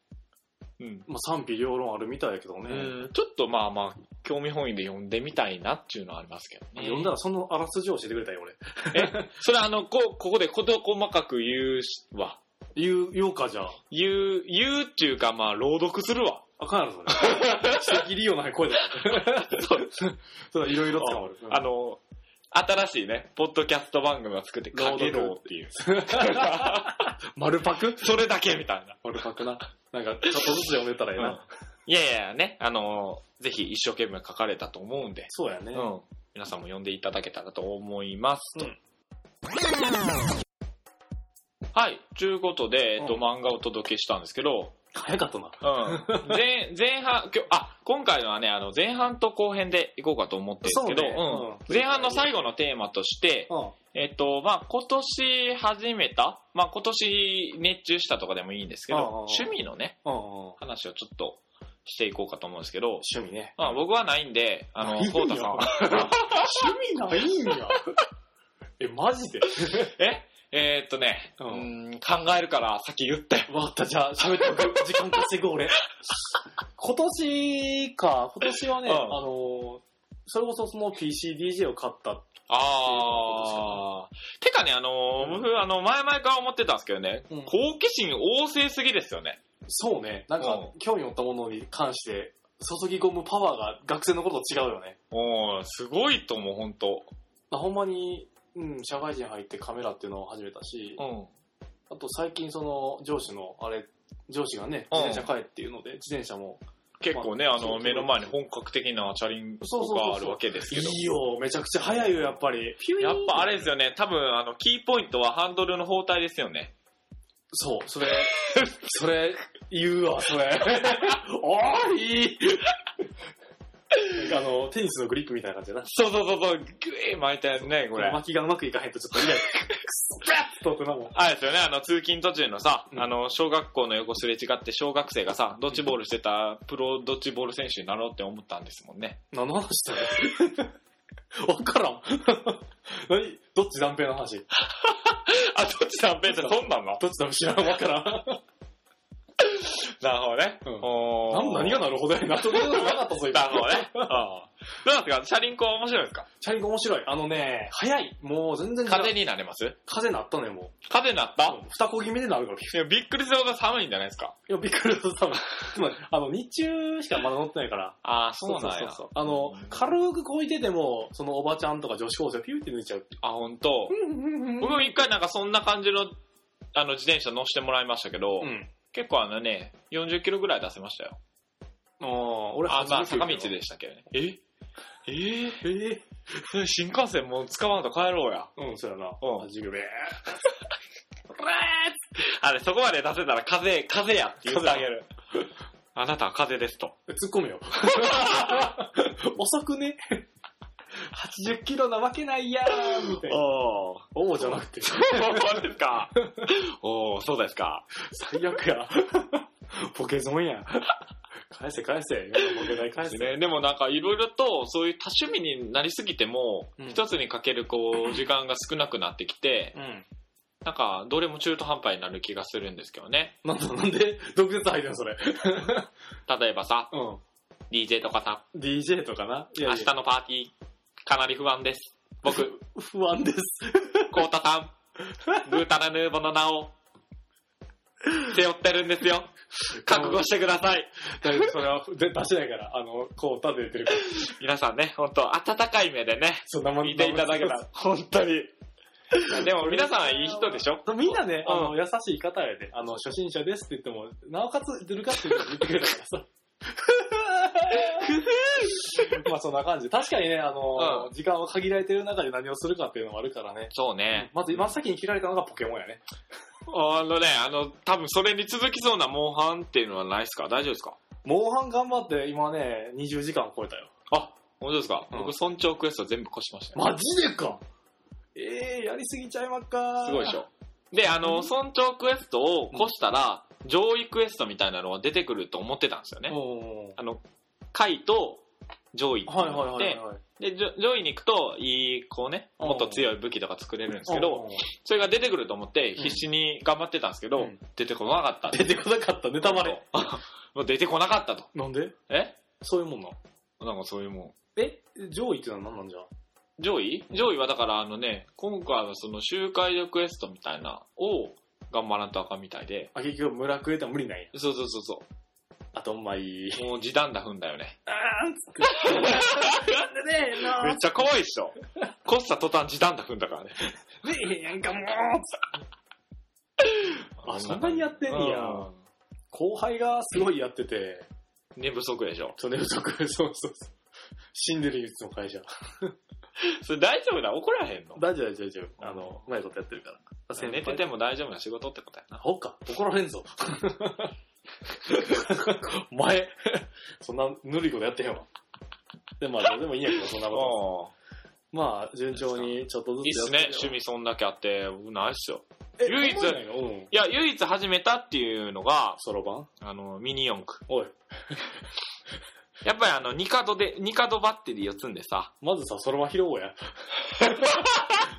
Speaker 1: うん。
Speaker 2: まあ、賛否両論あるみたいやけどね。
Speaker 1: うん、ちょっとまあまあ、興味本位で読んでみたいなっていうのはありますけどね。
Speaker 2: 読んだらそのあらすじを教えてくれたよ、俺。
Speaker 1: それあの、こ、ここでこと細かく言うしわ。
Speaker 2: 言う、言おうか、じゃあ。
Speaker 1: 言う、言うっていうかまあ、朗読するわ。
Speaker 2: あかんやろ、それ。指摘利用ない声で。そうだ、いろいろ使わる。
Speaker 1: <laughs> あのー、新しいね、ポッドキャスト番組を作って、かけろうっていう。
Speaker 2: 丸パク
Speaker 1: <laughs> それだけみたいな。
Speaker 2: 丸パクな。なんか、ちょっとずつ読めたらええな。
Speaker 1: うんいやいやね、あのーぜひ一生懸命書かれたと思うんで、
Speaker 2: そうやね。
Speaker 1: うん、皆さんも読んでいただけたらと思いますと。
Speaker 2: うん
Speaker 1: はい、ということで、えっと、
Speaker 2: うん
Speaker 1: 漫画をお届けしたんですけど、
Speaker 2: 早かったな。 <laughs>
Speaker 1: うん、前前半今日あ、今回のはね、あの前半と後編でいこうかと思ってるんですけど、
Speaker 2: そうねうん
Speaker 1: うん前半の最後のテーマとして、
Speaker 2: うん。
Speaker 1: えっとまあ、今年始めた、まあ、今年熱中したとかでもいいんですけど、
Speaker 2: うんうんうん
Speaker 1: 趣味のね、
Speaker 2: うん。
Speaker 1: 話をちょっとしていこうかと思うんですけど、
Speaker 2: 趣味ね。
Speaker 1: まあ、僕はないんで、あの
Speaker 2: ないん、や
Speaker 1: コウタさんは。
Speaker 2: 趣味ないんや。 <laughs> え、マジで
Speaker 1: ええーっとね、う
Speaker 2: うん
Speaker 1: ーん、考えるから先言って。
Speaker 2: わかった、じゃあ、喋っておく。時間稼ぐ、俺。今年か、今年はね、
Speaker 1: うん
Speaker 2: あのー、それこそその PCDJ を買った。
Speaker 1: あー。てかね、あのー
Speaker 2: うん
Speaker 1: 僕、あの、前々から思ってたんですけどね、
Speaker 2: うん
Speaker 1: 好奇心旺盛すぎですよね。
Speaker 2: そうね。なんか、
Speaker 1: う
Speaker 2: 興味持ったものに関して、注ぎ込むパワーが学生の頃と違うよね。
Speaker 1: おー、すごいと思う、ほんと。
Speaker 2: まあほんまに、うん、社会人入ってカメラっていうのを始めたし、
Speaker 1: うん。
Speaker 2: あと最近その上司の、あれ、上司がね、
Speaker 1: うん
Speaker 2: 自転車買えっていうので、自転車も、
Speaker 1: 結構ね、
Speaker 2: まあ
Speaker 1: あ
Speaker 2: そう
Speaker 1: の、
Speaker 2: そう
Speaker 1: 目の前に本格的なチャリン
Speaker 2: そう
Speaker 1: コ
Speaker 2: そうそうそう
Speaker 1: があるわけですけど。
Speaker 2: いいよ、めちゃくちゃ速いよ、やっぱり。
Speaker 1: やっぱあれ
Speaker 2: す
Speaker 1: ですよね、多分、あの、キーポイントはハンドルの包帯ですよね。
Speaker 2: そう、そ <laughs> れ、それ、言うわ、そ <laughs> れ。おーいあの、テニスのグリップみたいな感じだな。
Speaker 1: そうそうそう、そうグイー巻いたやつね、これ。
Speaker 2: 巻きがうまくいかへんとちょっとイライラ。くそっッとってなもん。
Speaker 1: あれですよね、あの、通勤途中のさ、
Speaker 2: うん
Speaker 1: あの、小学校の横すれ違って、小学生がさ、ドッジボールしてた、プロドッジボール選手になろうって思ったんですもんね。
Speaker 2: 何の話したの <laughs> わからん。何どっち断片の話
Speaker 1: あ、どっち三平って飛んだの
Speaker 2: どっち断片知 <laughs> らん、わからん。
Speaker 1: なるほどね。
Speaker 2: うん
Speaker 1: おー
Speaker 2: 何何がなるほどやな。なるほどなかった、そうい
Speaker 1: なるほどね。うんどうなんですかチャリンコは面白いですか
Speaker 2: チャリンコ面白い。あのね、早い。もう全然違う
Speaker 1: 風になれます
Speaker 2: 風なったのよ、も
Speaker 1: 風になった、
Speaker 2: う。二こ気味でなるから。い
Speaker 1: いやびっくりするほど寒いんじゃないですか
Speaker 2: や、びっくりした。
Speaker 1: <laughs>
Speaker 2: 多分つまり、あの、日中しかまだ乗ってないから。
Speaker 1: ああ、そうなんや。
Speaker 2: そうそうそうあの、軽くこいてても、そのおばちゃんとか女子高生をピューって抜いちゃうっていう。
Speaker 1: あ、本当。僕も一回なんかそんな感じの、あの、自転車乗せてもらいましたけど、
Speaker 2: うん。
Speaker 1: 結構あのね、40キロぐらい出せましたよ。
Speaker 2: ああ、俺
Speaker 1: あ、まあ、
Speaker 2: 89
Speaker 1: 坂道でしたけどね。ええー
Speaker 2: ええ
Speaker 1: <laughs> 新幹線もう使わんと帰ろうや。
Speaker 2: うん、そうやな。
Speaker 1: うん
Speaker 2: 授業で。
Speaker 1: あれ、そこまで出せたら風、風やって言ってあげる。 <laughs> あなたは風ですと。
Speaker 2: 突っ込め
Speaker 1: <laughs>
Speaker 2: よ。遅くね。80キロなわけないやーみたいな。
Speaker 1: おー。 <laughs>
Speaker 2: おおじゃなくて。
Speaker 1: そうですか。おー、そうですか。
Speaker 2: 最悪や。 <laughs> ポケゾンや。返せ返せ。やだポケ代返せ。
Speaker 1: ね、でもなんかいろいろとそういう多趣味になりすぎても、
Speaker 2: うん
Speaker 1: 一つにかけるこう時間が少なくなってきて、
Speaker 2: うん。
Speaker 1: なんかどれも中途半端になる気がするんですけどね。
Speaker 2: なんだ、なんで毒舌入ってんのそれ。
Speaker 1: 例えばさ、
Speaker 2: うん。
Speaker 1: DJ とかさ、
Speaker 2: DJ とかな。い
Speaker 1: 明日のパーティー、かなり不安です。僕、
Speaker 2: 不
Speaker 1: <laughs>
Speaker 2: 安です。
Speaker 1: コウタさん、ぐうたらヌーボの名を、背負ってるんですよ。覚悟してください。
Speaker 2: 大丈夫、それは出出しないから、あの、こう立ててるから、
Speaker 1: 皆さんね、本当温かい目でね、
Speaker 2: そんなもん
Speaker 1: 見ていただけたら。本当に。でも皆さんいい人でしょ
Speaker 2: みんなね、
Speaker 1: うん
Speaker 2: あの、優しい方やで、あの、初心者ですって言っても、なおかつ、出るかって言ってくれたか
Speaker 1: <laughs>
Speaker 2: らさ。まあそんな感じ。確かにね、あの、
Speaker 1: う
Speaker 2: 時間を限られてる中で何をするかっていうのもあるからね。
Speaker 1: そうね。
Speaker 2: まず真っ先に切られたのがポケモンやね。
Speaker 1: あのね、あの、多分それに続きそうなモンハンっていうのはないですか大丈夫ですか
Speaker 2: モンハン頑張って、今ね、20時間超えたよ。
Speaker 1: あ、本当ですか、
Speaker 2: うん
Speaker 1: 僕、村長クエスト全部越しましたよ、
Speaker 2: マジでかええやりすぎちゃいまっか
Speaker 1: すごいでしょ。で、あの、村長クエストを越したら、上位クエストみたいなのは出てくると思ってたんですよね。
Speaker 2: うん
Speaker 1: あの、下位と上位って
Speaker 2: はい
Speaker 1: な
Speaker 2: は
Speaker 1: っ
Speaker 2: いはい
Speaker 1: て、
Speaker 2: は
Speaker 1: で、
Speaker 2: い。
Speaker 1: 上上位に行くと、いい、こうね、
Speaker 2: うん
Speaker 1: もっと強い武器とか作れるんですけ
Speaker 2: う
Speaker 1: ど、
Speaker 2: ん、
Speaker 1: それが出てくると思って、必死に頑張ってたんですけど、
Speaker 2: うん
Speaker 1: 出てこなかったんで
Speaker 2: 出
Speaker 1: す。
Speaker 2: てこなかった、ネタバレ。
Speaker 1: <laughs> もう出てこなかったと。
Speaker 2: なんで
Speaker 1: え
Speaker 2: そういうもんな。
Speaker 1: なんかそういうもん。
Speaker 2: え上位ってのは何なんじゃ
Speaker 1: 上位上位はだからあのね、今回はその周回力クエストみたいなを頑張らんとあかんみたいで、
Speaker 2: あ、結局村食えたら無理ないや。
Speaker 1: そうそうそうそ、
Speaker 2: あとんまいう
Speaker 1: もう時短だ踏んだよね。
Speaker 2: あーんつって。なんでねえ
Speaker 1: め
Speaker 2: な
Speaker 1: っちゃ怖いっし
Speaker 2: <laughs>
Speaker 1: ょ。こっさ途端時短だ踏んだからね。
Speaker 2: 出えへんやんかもうあ、そんなにやってんねや。
Speaker 1: うん
Speaker 2: 後輩がすごいやってて、
Speaker 1: 寝不足でしょ。
Speaker 2: それ不足、 <laughs> そうそうそう。死んでる唯一の会社。
Speaker 1: それ大丈夫だ怒らへんの
Speaker 2: 大丈夫大丈夫大丈夫。あの、うまいことやってるから。
Speaker 1: 寝てても大丈夫な仕事ってことやな。
Speaker 2: ほっか、怒られんぞ。 <laughs> お前、そんなぬるいことやってへんわ。でも、まあ、どうでもいいんやけど、そんな <laughs>
Speaker 1: ああ
Speaker 2: こと。まあ、順調にちょっとず
Speaker 1: いいっす
Speaker 2: つや
Speaker 1: ね
Speaker 2: って。
Speaker 1: 趣味そんだけあって、僕ないっすよ。
Speaker 2: るよ。
Speaker 1: 唯一
Speaker 2: えほんまなんやうん。
Speaker 1: いや、唯一始めたっていうのが、
Speaker 2: そろばん
Speaker 1: あの、ミニ四駆。
Speaker 2: おい、
Speaker 1: <laughs> やっぱりあの、ニカドで、ニカドバッテリーを積んでさ。
Speaker 2: まずさ、そろばん拾おう <laughs> や。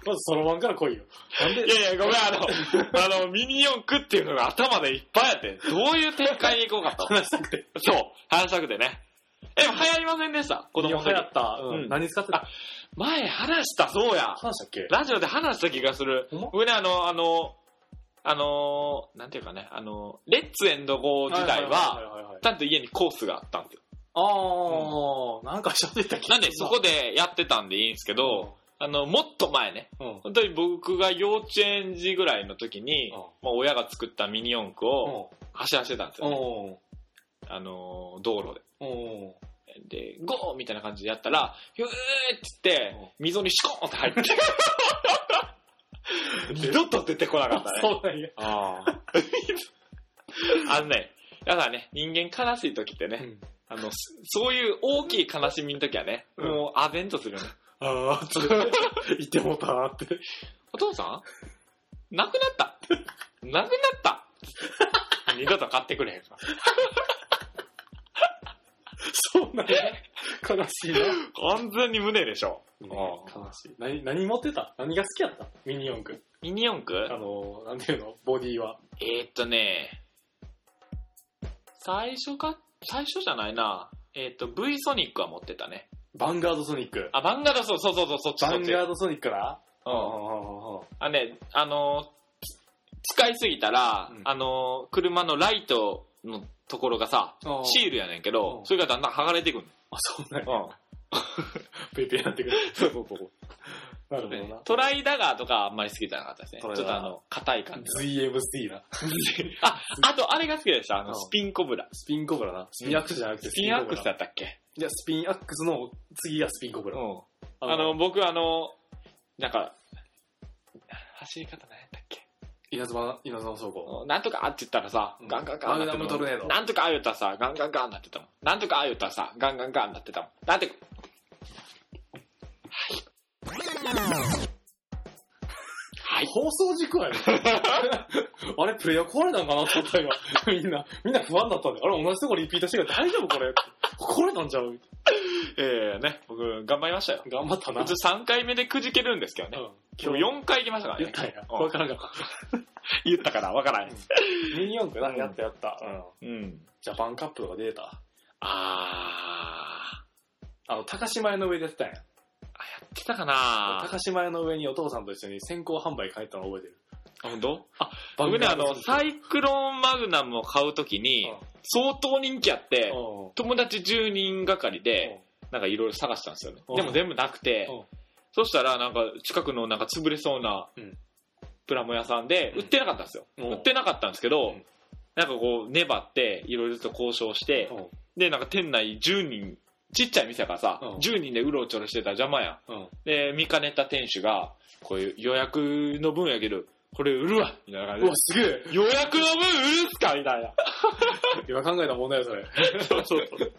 Speaker 2: まずそろばんから来いよ。なんで
Speaker 1: い、やいや、ごめん、あ <laughs> の、あの、ミニ四駆っていうのが頭でいっぱいあって、どういう展開に行こうかと。
Speaker 2: 話したくて。
Speaker 1: そう、話したくてね。え、流行りませんでした子供の時
Speaker 2: 流行。った。う
Speaker 1: うん
Speaker 2: ん。何使ってた
Speaker 1: 前話した、そうや。
Speaker 2: 話したっけ
Speaker 1: ラジオで話した気がする
Speaker 2: ほんま。
Speaker 1: 僕ね、あの、あの、あの、なんていうかね、あの、レッツエンドゴー時代は、
Speaker 2: いいはいい
Speaker 1: ちゃんと家にコースがあったんですよ。
Speaker 2: あー、なんか喋ったっけ
Speaker 1: なんで、そこでやってたんでいいんですけど、あの、もっと前ね、
Speaker 2: うん、うん。
Speaker 1: 本当に僕が幼稚園児ぐらいの時に、
Speaker 2: うん
Speaker 1: まあ、親が作ったミニ四駆を走らせてたんですよ、
Speaker 2: うん。
Speaker 1: ね
Speaker 2: うん。
Speaker 1: あのー道路で。
Speaker 2: うん。
Speaker 1: で、ゴーみたいな感じでやったら、ヒューって言って、溝にシコーンって入って。二度と出てこなかったね。
Speaker 2: そうなんや。
Speaker 1: ああ。あのね、だからね、人間悲しい時ってね、あの、すそういう大きい悲しみの時はね、
Speaker 2: うん
Speaker 1: もう、あぜんとするよね。
Speaker 2: ああ、つ <laughs> って、言ってもうたなって。
Speaker 1: お父さんなくなったなくなった二度と買ってくれへんから。
Speaker 2: <laughs> そうなんや。悲しいな。
Speaker 1: 完全に胸でしょ。
Speaker 2: 悲しい。何、何持ってた何が好きやったミニ四駆。
Speaker 1: ミニ四
Speaker 2: <laughs> あ
Speaker 1: 駆
Speaker 2: の、なんていうのボディは。
Speaker 1: えー、っとね、最初か、最初じゃないな。えー、っと、V ソニックは持ってたね。
Speaker 2: バンガードソニック。
Speaker 1: あ、バンガード、そうそうそうそう、そっち
Speaker 2: バ
Speaker 1: そっ
Speaker 2: ン
Speaker 1: ち。
Speaker 2: ガードソニックな
Speaker 1: う
Speaker 2: うん
Speaker 1: ん。あね、あのーつ使いすぎたら、
Speaker 2: うん
Speaker 1: あのー車のライトのところがさ、
Speaker 2: あー
Speaker 1: シールやねんけど
Speaker 2: う、ん
Speaker 1: それがだんだん剥がれてくる
Speaker 2: あ、そうなんや。
Speaker 1: の。
Speaker 2: ペペなってくる。そうそうそう。なる
Speaker 1: う
Speaker 2: ほ
Speaker 1: ん
Speaker 2: どな。
Speaker 1: トライダガーとかあんまり好きじゃなかったですね。ち
Speaker 2: ト
Speaker 1: ょ
Speaker 2: ラ
Speaker 1: っ
Speaker 2: イダガー
Speaker 1: とあの、硬い感じ。
Speaker 2: ZMC な。
Speaker 1: あ、あとあれが好きでした、あ
Speaker 2: う
Speaker 1: の、
Speaker 2: ん
Speaker 1: スピンコブラ。
Speaker 2: スピンコブラな。スピンアックスじゃなくて
Speaker 1: スピンアックスだ
Speaker 2: だ。
Speaker 1: ったっけ
Speaker 2: いや、スピンアックスの次がスピンコブ
Speaker 1: う
Speaker 2: ラ。
Speaker 1: ん。あの、、僕あの、なんか、走り方何やったっけ
Speaker 2: 稲妻、稲妻倉庫。
Speaker 1: なんとかあって言ったらさ
Speaker 2: う、ん
Speaker 1: ガンガンガンなってたもん
Speaker 2: マグナムトルネード
Speaker 1: なんとかあ言ったらさ、ガンガンガンなってたもん。なんとかあ言ったらさ、ガンガンガンなってたもん。なんて、はい。
Speaker 2: 放送
Speaker 1: <laughs>
Speaker 2: 事故やねあれ、プレイヤー壊れたんかなと思った今。みんな、みんな不安だったんで。あれ、同じとこリピートしてるから大丈夫これ。壊れたんちゃう
Speaker 1: ええね、僕、頑張りましたよ。
Speaker 2: 頑張ったな。
Speaker 1: 普通3回目でくじけるんですけどね。
Speaker 2: うん
Speaker 1: 今日4回行きましたから
Speaker 2: 言っ
Speaker 1: ね。
Speaker 2: たんや。
Speaker 1: うん
Speaker 2: わからんかった。
Speaker 1: 言ったから、わからないです。
Speaker 2: ミニ四駆
Speaker 1: う
Speaker 2: な、
Speaker 1: ん
Speaker 2: やったやった。うん。
Speaker 1: うん。
Speaker 2: ジャパンカップとか出てた。
Speaker 1: あ
Speaker 2: あの、高島屋の上でやってたんや。
Speaker 1: ー、あやってたかな
Speaker 2: 高島屋の上にお父さんと一緒に先行販売帰ったの覚えてる。
Speaker 1: あ本当
Speaker 2: バ
Speaker 1: 僕
Speaker 2: ン
Speaker 1: ね、
Speaker 2: ガ
Speaker 1: あ
Speaker 2: ード
Speaker 1: の、サイクロンマグナムを買うときに、相当人気あって、
Speaker 2: う
Speaker 1: 友達10人がかりで、
Speaker 2: ん。
Speaker 1: なんかいろいろ探したんですよね
Speaker 2: う。ん
Speaker 1: でも全部なくて
Speaker 2: うん、
Speaker 1: そしたらなんか近くのなんか潰れそうな
Speaker 2: うん
Speaker 1: プラモ屋さんで
Speaker 2: うん
Speaker 1: 売ってなかったんですよ。
Speaker 2: うん
Speaker 1: 売ってなかったんですけど
Speaker 2: うん、
Speaker 1: なんかこう粘っていろいろと交渉して
Speaker 2: う、ん。
Speaker 1: でなんか店内10人、ちっちゃい店やからさ
Speaker 2: うん、
Speaker 1: 10人でうろちょろしてたら邪魔やん。
Speaker 2: うん。
Speaker 1: で、見かねた店主が、こういう予約の分やけど、これ売るわみたいな感
Speaker 2: う
Speaker 1: じ
Speaker 2: わ、すげえ
Speaker 1: で。予約の分売るっすかみたい <laughs> な。
Speaker 2: 今考えた問題や、それ。
Speaker 1: そうそう
Speaker 2: <laughs>
Speaker 1: そう。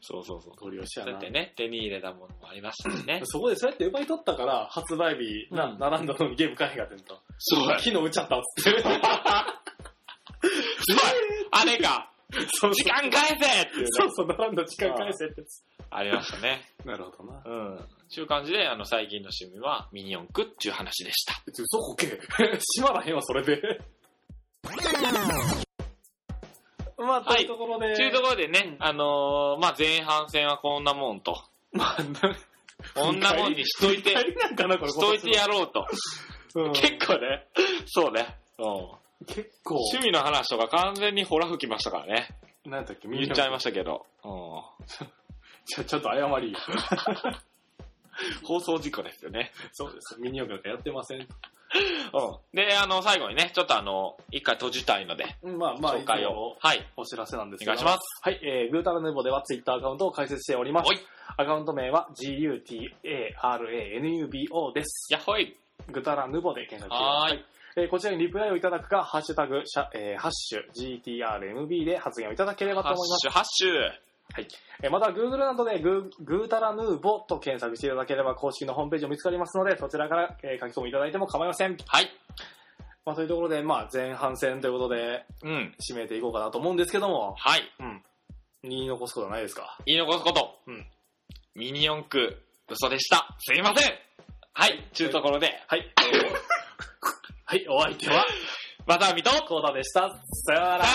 Speaker 1: そうそうそう。
Speaker 2: ご利用しや
Speaker 1: だ
Speaker 2: な。
Speaker 1: っ。てね、手に入れたものもありましたしね
Speaker 2: <laughs> そこでそうやって奪い取ったから、発売日、な、
Speaker 1: うん
Speaker 2: 並んだのにゲーム買えへんかってんと。
Speaker 1: そう
Speaker 2: 昨日打っちゃったっ
Speaker 1: <laughs>
Speaker 2: つって。
Speaker 1: すごいあれか
Speaker 2: <laughs> そう
Speaker 1: 時間返せっていうね
Speaker 2: そうそう、並んだ時間返せってやつ。
Speaker 1: ありましたね。
Speaker 2: なるほどな。
Speaker 1: うん。ちゅう感じで、あの、最近の趣味はミニ四駆っていう話でした。
Speaker 2: うそ
Speaker 1: <laughs>
Speaker 2: こけ。閉まらへんわ、それで。まあ、と
Speaker 1: はい
Speaker 2: いうところで。
Speaker 1: ちゅうところでね、あのーまあ、前半戦はこんなもんと。
Speaker 2: まあ、な
Speaker 1: こんなもんにしといて、
Speaker 2: 足りなんかな、これ。
Speaker 1: しといてやろうと。
Speaker 2: うん
Speaker 1: 結構ね、そうね。うん。
Speaker 2: 結構、
Speaker 1: 趣味の話とか完全にほら吹きましたからね。
Speaker 2: なんだっけ、
Speaker 1: 言っちゃいま
Speaker 2: し
Speaker 1: したけど。うん。
Speaker 2: た。ちょっと謝り。
Speaker 1: 放送事故ですよね。
Speaker 2: <laughs> そうです。ミニオンなんかやってませ
Speaker 1: う
Speaker 2: ん。
Speaker 1: ん。で、あの、最後にね、ちょっとあの、一回閉じたいので、
Speaker 2: まあまあ、
Speaker 1: 紹介
Speaker 2: いつも
Speaker 1: を。はい。
Speaker 2: お知らせなんです
Speaker 1: お
Speaker 2: け
Speaker 1: 願い
Speaker 2: ど
Speaker 1: します。
Speaker 2: はい、えー、グータラヌーボではツイッターアカウントを開設しております
Speaker 1: おい。
Speaker 2: アカウント名は GUTARANUBO です。
Speaker 1: やっほい。
Speaker 2: グータラヌーボで検索してください。
Speaker 1: はーい。
Speaker 2: えーこちらにリプライをいただくか、ハッシュタグ、シャえーハッシュ GTRMB で発言をいただければと
Speaker 1: ハッ
Speaker 2: 思います。
Speaker 1: シュ、ハッシュ。
Speaker 2: えーまた、Google などでグーグータラヌーボと検索していただければ公式のホームページを見つかりますので、そちらから、えー書き込みいただいても構いません。
Speaker 1: はい。
Speaker 2: まあ、というところで、まあ、前半戦ということで、
Speaker 1: うん。
Speaker 2: 締めていこうかなと思うんですけども、
Speaker 1: はい。
Speaker 2: うん。言い残すことはないですか
Speaker 1: 言い残すこと。
Speaker 2: うん。
Speaker 1: ミニ四駆、嘘でした。すいません。はい。ちゅうところで、
Speaker 2: はい。はい、お相手は、
Speaker 1: また見と、さよ
Speaker 2: コーダでした。さよな
Speaker 1: な
Speaker 2: ら。
Speaker 1: ら